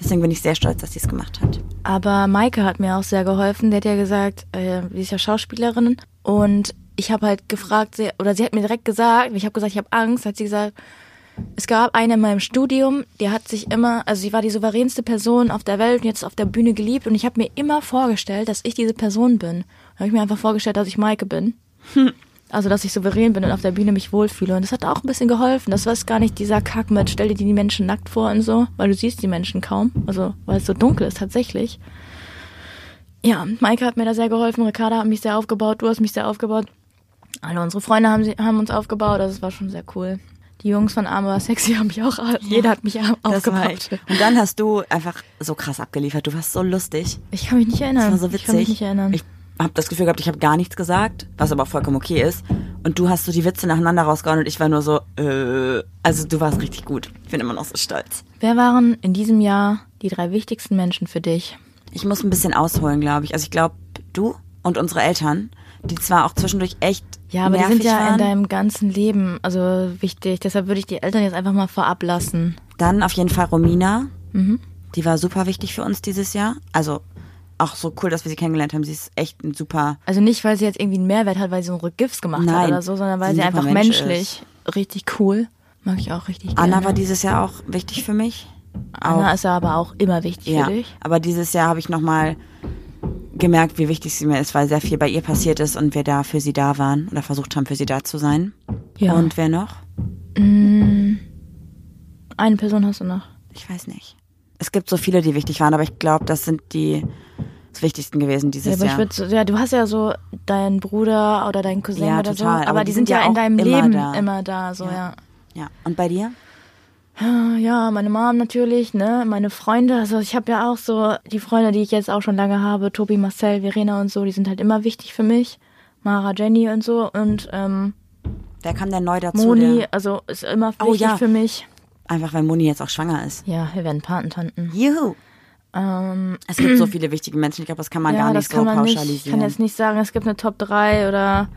A: Deswegen bin ich sehr stolz, dass sie es gemacht hat.
B: Aber Maike hat mir auch sehr geholfen. Der hat ja gesagt, äh, die ist ja Schauspielerin. Und ich habe halt gefragt, sie, oder sie hat mir direkt gesagt, ich habe gesagt, ich habe Angst, hat sie gesagt, es gab eine in meinem Studium, die hat sich immer, also sie war die souveränste Person auf der Welt und jetzt auf der Bühne geliebt. Und ich habe mir immer vorgestellt, dass ich diese Person bin. Da habe ich mir einfach vorgestellt, dass ich Maike bin. Also, dass ich souverän bin und auf der Bühne mich wohlfühle. Und das hat auch ein bisschen geholfen. Das war es gar nicht dieser Kack mit, stell dir die Menschen nackt vor und so, weil du siehst die Menschen kaum. Also, weil es so dunkel ist tatsächlich. Ja, Maike hat mir da sehr geholfen, Ricarda hat mich sehr aufgebaut, du hast mich sehr aufgebaut. Alle unsere Freunde haben, sie, haben uns aufgebaut, also es war schon sehr cool. Die Jungs von Arm aber sexy haben mich auch, jeder hat mich
A: Das war
B: aufgebaut.
A: echt- Und dann hast du einfach so krass abgeliefert. Du warst so lustig.
B: Ich kann mich nicht erinnern.
A: Das war so witzig.
B: Ich kann mich nicht erinnern.
A: Ich habe das Gefühl gehabt, ich habe gar nichts gesagt, was aber auch vollkommen okay ist. Und du hast so die Witze nacheinander rausgehauen und ich war nur so, äh, also du warst richtig gut. Ich bin immer noch so stolz.
B: Wer waren in diesem Jahr die drei wichtigsten Menschen für dich?
A: Ich muss ein bisschen ausholen, glaube ich. Also ich glaube, du und unsere Eltern, die zwar auch zwischendurch echt
B: Ja, aber die
A: nervig
B: sind ja
A: waren,
B: in deinem ganzen Leben also wichtig. Deshalb würde ich die Eltern jetzt einfach mal vorab lassen.
A: Dann auf jeden Fall Romina.
B: Mhm.
A: Die war super wichtig für uns dieses Jahr. Also auch so cool, dass wir sie kennengelernt haben. Sie ist echt ein super.
B: Also nicht, weil sie jetzt irgendwie einen Mehrwert hat, weil sie so einen Gifts gemacht
A: Nein,
B: hat oder so, sondern weil
A: sie
B: sie,
A: ein super
B: einfach
A: Mensch
B: menschlich richtig cool. Mag ich auch richtig gerne.
A: Anna war dieses Jahr auch wichtig für mich.
B: Anna ist aber auch immer wichtig
A: ja.
B: für dich.
A: Aber dieses Jahr habe ich nochmal gemerkt, wie wichtig sie mir ist, weil sehr viel bei ihr passiert ist und wir da für sie da waren oder versucht haben, für sie da zu sein.
B: Ja.
A: Und wer noch?
B: Eine Person hast du noch.
A: Ich weiß nicht. Es gibt so viele, die wichtig waren, aber ich glaube, das sind die das Wichtigsten gewesen
B: Ja,
A: dieses
B: aber ich
A: Jahr.
B: würd so, ja, du hast ja so deinen Bruder oder deinen Cousin
A: Ja,
B: oder
A: total,
B: so. Aber, die sind ja, in
A: auch
B: deinem
A: immer
B: Leben
A: da.
B: immer da, so
A: Ja.
B: ja.
A: ja. Und bei dir?
B: Ah, ja. meine Mom natürlich, ne, meine Freunde. Also ich habe ja auch so die Freunde, die ich jetzt auch schon lange habe, Tobi, Marcel, Verena und so, die sind halt immer wichtig für mich. Mara, Jenny und so und ähm,
A: Wer kam denn neu dazu?
B: Moni,
A: der-
B: also ist immer wichtig
A: Oh, ja.
B: für mich.
A: Einfach weil Moni jetzt auch schwanger ist.
B: Ja, wir werden Patentanten.
A: Juhu.
B: Ähm,
A: Es gibt so viele wichtige Menschen. Ich glaube, das kann man
B: ja,
A: gar nicht
B: das kann
A: so
B: man nicht. Ich
A: pauschalisieren.
B: kann jetzt nicht sagen, es gibt eine Top 3 oder.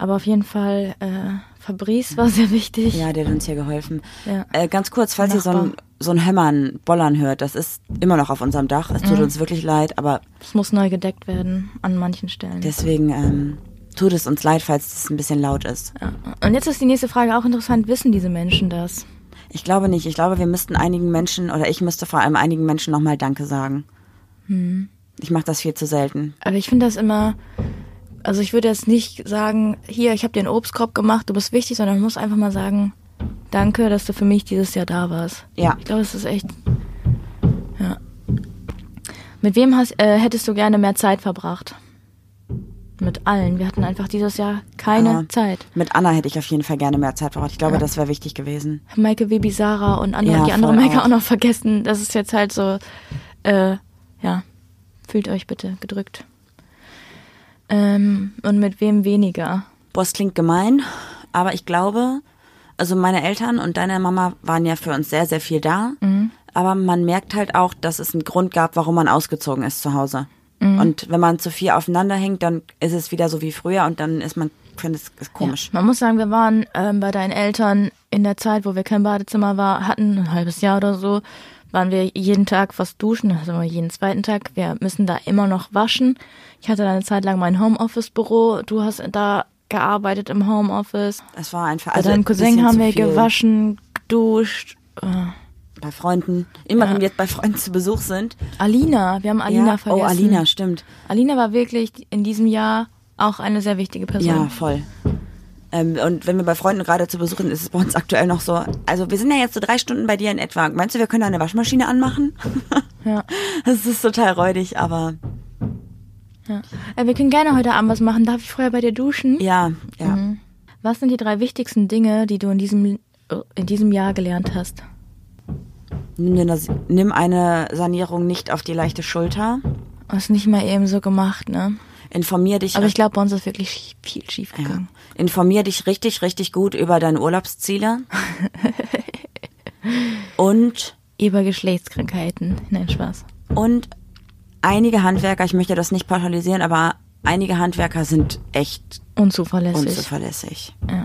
B: Aber auf jeden Fall, äh, Fabrice war sehr wichtig.
A: ja, der hat uns hier geholfen.
B: Ja.
A: Äh, ganz kurz, falls ihr so ein,
B: Nachbar.
A: so ein Hämmern, Bollern hört, das ist immer noch auf unserem Dach. Es tut uns wirklich leid, aber
B: Es muss neu gedeckt werden an manchen Stellen.
A: deswegen ähm, tut es uns leid, falls es ein bisschen laut ist.
B: ja. Und jetzt ist die nächste Frage auch interessant. Wissen diese Menschen das?
A: Ich glaube nicht. Ich glaube, wir müssten einigen Menschen, oder ich müsste vor allem einigen Menschen nochmal Danke sagen.
B: Hm.
A: Ich mache das viel zu selten.
B: Aber ich finde das immer. Also ich würde jetzt nicht sagen, hier, ich habe dir einen Obstkorb gemacht, du bist wichtig, sondern man muss einfach mal sagen, danke, dass du für mich dieses Jahr da warst.
A: Ja.
B: Ich glaube, es ist echt. Ja. Mit wem hast, äh, hättest du gerne mehr Zeit verbracht? Mit allen. Wir hatten einfach dieses Jahr keine
A: Aber
B: Zeit.
A: Mit Anna hätte ich auf jeden Fall gerne mehr Zeit verbracht. Ich glaube,
B: Ja.
A: das wäre wichtig gewesen.
B: Maike Baby Sarah und andere,
A: Ja,
B: die andere
A: voll
B: Maike
A: auch.
B: auch. noch vergessen. Das ist jetzt halt so, äh, ja, fühlt euch bitte gedrückt. Ähm, und mit wem weniger?
A: Boah, es klingt gemein, aber ich glaube, also meine Eltern und deine Mama waren ja für uns sehr, sehr viel da.
B: Mhm.
A: Aber man merkt halt auch, dass es einen Grund gab, warum man ausgezogen ist zu Hause.
B: Mhm.
A: Und wenn man zu viel aufeinander hängt, dann ist es wieder so wie früher und dann ist man, finde es ist komisch.
B: Man muss sagen, wir waren ähm, bei deinen Eltern in der Zeit, wo wir kein Badezimmer war, hatten, ein halbes Jahr oder so, waren wir jeden Tag fast duschen, also immer jeden zweiten Tag. Wir müssen da immer noch waschen. Ich hatte da eine Zeit lang mein Homeoffice-Büro. Du hast da gearbeitet im Homeoffice.
A: Es war einfach,
B: Bei
A: also
B: deinem
A: ein bisschen
B: Cousin haben
A: zu
B: wir
A: viel
B: gewaschen, geduscht. Äh,
A: Bei Freunden, immer
B: Ja.
A: wenn wir jetzt bei Freunden zu Besuch sind.
B: Alina, wir haben Alina
A: ja.
B: vergessen.
A: Oh, Alina, stimmt.
B: Alina war wirklich in diesem Jahr auch eine sehr wichtige Person.
A: Ja, voll. Ähm, und wenn wir bei Freunden gerade zu Besuch sind, ist es bei uns aktuell noch so. Also wir sind ja jetzt so drei Stunden bei dir in etwa. Meinst du, wir können da eine Waschmaschine anmachen?
B: Ja.
A: Das ist total räudig, aber
B: ja. Äh, wir können gerne heute Abend was machen. Darf ich vorher bei dir duschen?
A: ja, ja.
B: Mhm. Was sind die drei wichtigsten Dinge, die du in diesem, in diesem Jahr gelernt hast?
A: Nimm, dir das, nimm eine Sanierung nicht auf die leichte Schulter.
B: Hast nicht mal eben so gemacht, ne?
A: Informier dich.
B: Aber ich glaube, bei uns ist wirklich schief- viel schief
A: ja.
B: gegangen.
A: Informier dich richtig, richtig gut über deine Urlaubsziele. und
B: Über Geschlechtskrankheiten. Nein, Spaß.
A: Und einige Handwerker, ich möchte das nicht pauschalisieren, aber einige Handwerker sind echt
B: Unzuverlässig.
A: unzuverlässig.
B: Ja.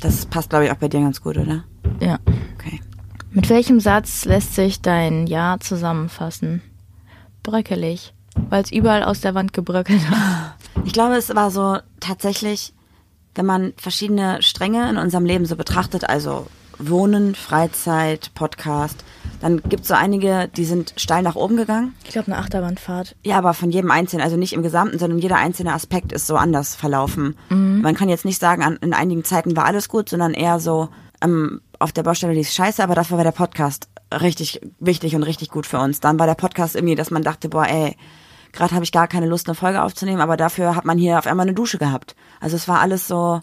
A: Das passt, glaube ich, auch bei dir ganz gut, oder?
B: ja.
A: Okay.
B: Mit welchem Satz lässt sich dein Jahr zusammenfassen? Bröckelig, weil es überall aus der Wand gebröckelt hat.
A: Ich glaube, es war so tatsächlich, wenn man verschiedene Stränge in unserem Leben so betrachtet, also Wohnen, Freizeit, Podcast, dann gibt es so einige, die sind steil nach oben gegangen.
B: Ich glaube, eine Achterbahnfahrt.
A: Ja, aber von jedem Einzelnen, also nicht im Gesamten, sondern jeder einzelne Aspekt ist so anders verlaufen.
B: Mhm.
A: Man kann jetzt nicht sagen, an, in einigen Zeiten war alles gut, sondern eher so, ähm, auf der Baustelle lief scheiße, aber dafür war der Podcast richtig wichtig und richtig gut für uns. Dann war der Podcast irgendwie, dass man dachte, boah, ey, gerade habe ich gar keine Lust, eine Folge aufzunehmen, aber dafür hat man hier auf einmal eine Dusche gehabt. Also es war alles so,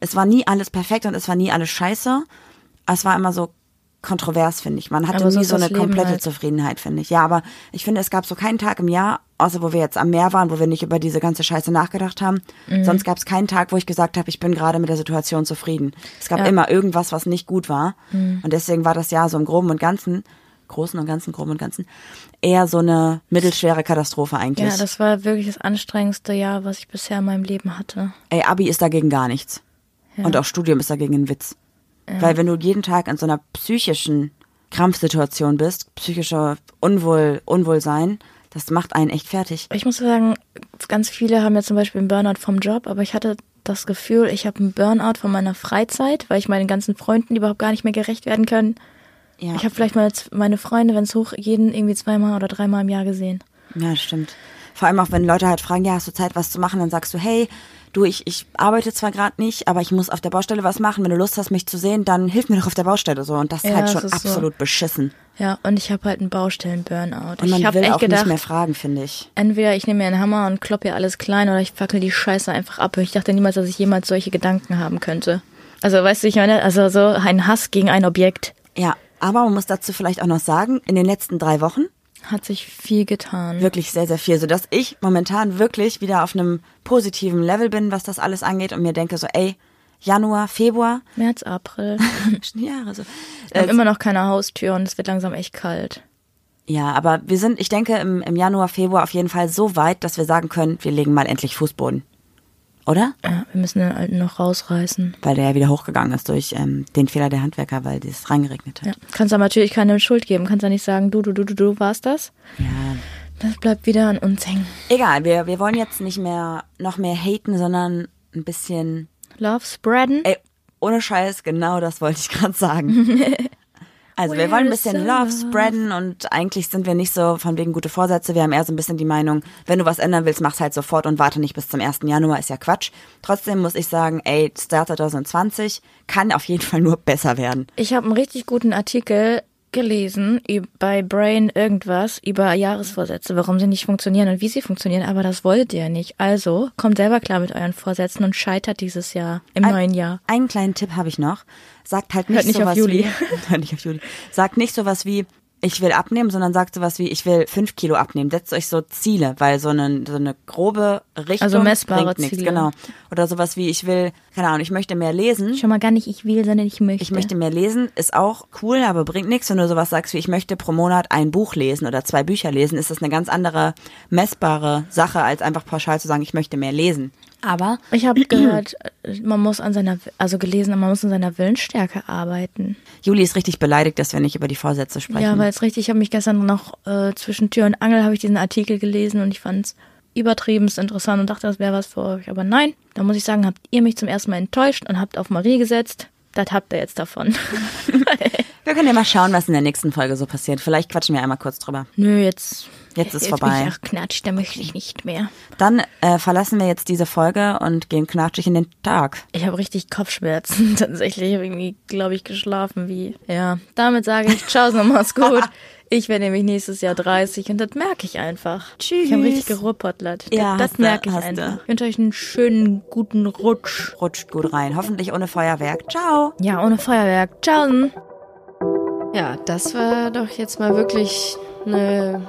A: es war nie alles perfekt und es war nie alles scheiße. Es war immer so kontrovers, finde ich. Man hatte
B: Aber so
A: nie
B: ist
A: so
B: das
A: eine
B: Leben
A: komplette
B: halt.
A: Zufriedenheit, finde ich. Ja, aber ich finde, es gab so keinen Tag im Jahr, außer wo wir jetzt am Meer waren, wo wir nicht über diese ganze Scheiße nachgedacht haben.
B: Mhm.
A: Sonst gab es keinen Tag, wo ich gesagt habe, ich bin gerade mit der Situation zufrieden. Es gab
B: Ja. Mhm.
A: immer irgendwas, was nicht gut war. Und deswegen war das Jahr so im Groben und Ganzen, Großen und Ganzen, Groben und Ganzen, eher so eine mittelschwere Katastrophe eigentlich.
B: Ja, das war wirklich das anstrengendste Jahr, was ich bisher in meinem Leben hatte.
A: Ey, Abi ist dagegen gar nichts. Und auch Studium ist dagegen ein Witz. Weil wenn du jeden Tag in so einer psychischen Krampfsituation bist, psychischer Unwohl, Unwohlsein, das macht einen echt fertig.
B: Ich muss sagen, ganz viele haben ja zum Beispiel einen Burnout vom Job, aber ich hatte das Gefühl, ich habe einen Burnout von meiner Freizeit, weil ich meinen ganzen Freunden überhaupt gar nicht mehr gerecht werden kann.
A: Ja,
B: Ich habe vielleicht meine, meine Freunde, wenn es hoch, jeden irgendwie zweimal oder dreimal im Jahr gesehen.
A: ja das stimmt. Vor allem auch, wenn Leute halt fragen, ja, hast du Zeit, was zu machen? Dann sagst du, hey, du, ich, ich arbeite zwar gerade nicht, aber ich muss auf der Baustelle was machen. Wenn du Lust hast, mich zu sehen, dann hilf mir doch auf der Baustelle so. Und das ist
B: Ja,
A: halt
B: es
A: schon
B: ist so.
A: absolut beschissen.
B: Ja, und ich habe halt einen Baustellen-Burnout.
A: Und man
B: Ich habe
A: will
B: echt
A: auch
B: gedacht,
A: nicht mehr fragen, finde ich.
B: entweder ich nehme mir einen Hammer und kloppe hier alles klein oder ich fackel die Scheiße einfach ab. Ich dachte niemals, dass ich jemals solche Gedanken haben könnte. Also, weißt du, ich meine, also so ein Hass gegen ein Objekt
A: Ja, aber man muss dazu vielleicht auch noch sagen, in den letzten drei Wochen
B: hat sich viel getan.
A: wirklich sehr, sehr viel, sodass ich momentan wirklich wieder auf einem positiven Level bin, was das alles angeht und mir denke so, ey, Januar, Februar,
B: März, April.
A: schon Jahre so.
B: Wir
A: Äh,
B: haben immer noch keine Haustür und es wird langsam echt kalt.
A: ja, aber wir sind, ich denke, im, im Januar, Februar auf jeden Fall so weit, dass wir sagen können, wir legen mal endlich Fußboden. Oder?
B: Ja, wir müssen den alten noch rausreißen.
A: Weil der ja wieder hochgegangen ist durch ähm, den Fehler der Handwerker, weil es reingeregnet
B: Ja.
A: hat.
B: Kannst aber natürlich keinem Schuld geben. Kannst ja nicht sagen, du, du, du, du, du warst das.
A: ja.
B: Das bleibt wieder an uns hängen.
A: Egal, wir, wir wollen jetzt nicht mehr noch mehr haten, sondern ein bisschen
B: Love spreaden.
A: Ey, ohne Scheiß, genau das wollte ich gerade sagen. Also wir wollen ein bisschen Love spreaden und eigentlich sind wir nicht so von wegen gute Vorsätze. Wir haben eher so ein bisschen die Meinung, wenn du was ändern willst, mach's halt sofort und warte nicht bis zum 1. Januar, ist ja Quatsch. Trotzdem muss ich sagen, ey, Start 2020 kann auf jeden Fall nur besser werden.
B: Ich habe einen richtig guten Artikel gelesen üb- bei Brain irgendwas über Jahresvorsätze, warum sie nicht funktionieren und wie sie funktionieren, aber das wolltet ihr nicht. Also kommt selber klar mit euren Vorsätzen und scheitert dieses Jahr im
A: Ein-
B: neuen Jahr.
A: Einen kleinen Tipp habe ich noch. Sagt halt nicht,
B: Hört nicht auf
A: sowas
B: Juli.
A: wie. Hört nicht auf Juli. Sagt nicht sowas wie, ich will abnehmen, sondern sagt sowas wie, ich will fünf Kilo abnehmen. Setzt euch so Ziele, weil so eine, so eine grobe Richtung
B: Also messbare
A: bringt nichts.
B: Ziele.
A: Genau. Oder sowas wie, ich will, keine Ahnung, ich möchte mehr lesen.
B: Schon mal gar nicht ich will, sondern ich möchte.
A: Ich möchte mehr lesen, ist auch cool, aber bringt nichts. Wenn du sowas sagst wie, ich möchte pro Monat ein Buch lesen oder zwei Bücher lesen, ist das eine ganz andere messbare Sache, als einfach pauschal zu sagen, ich möchte mehr lesen. Aber
B: Ich habe gehört, äh, man muss an seiner, also gelesen, man muss an seiner Willensstärke arbeiten.
A: Juli ist richtig beleidigt, dass wir nicht über die Vorsätze sprechen.
B: Ja, weil es richtig, ich habe mich gestern noch äh, zwischen Tür und Angel habe ich diesen Artikel gelesen und ich fand es übertriebenst interessant und dachte, das wäre was für euch. Aber nein, da muss ich sagen, habt ihr mich zum ersten Mal enttäuscht und habt auf Marie gesetzt. Das habt ihr jetzt davon.
A: Wir können ja mal schauen, was in der nächsten Folge so passiert. Vielleicht quatschen wir einmal kurz drüber.
B: Nö, jetzt,
A: Jetzt ist
B: jetzt
A: vorbei.
B: Bin ich auch knatsch, da möchte ich nicht mehr.
A: Dann äh, verlassen wir jetzt diese Folge und gehen knatschig in den Tag.
B: Ich habe richtig Kopfschmerzen tatsächlich. Ich habe irgendwie, glaube ich, geschlafen wie. Ja, damit sage ich Tschau, so mach's gut. Ich werde nämlich nächstes Jahr 30 und das merke ich einfach.
A: Tschüss.
B: Ich habe richtig geruhrpotlert.
A: Ja,
B: das
A: hast du,
B: merke ich
A: hast du.
B: einfach. Ich wünsche euch einen schönen, guten Rutsch.
A: Rutscht gut rein. Hoffentlich ohne Feuerwerk. Ciao.
B: Ja, ohne Feuerwerk. Tschau.
D: Ja, das war doch jetzt mal wirklich eine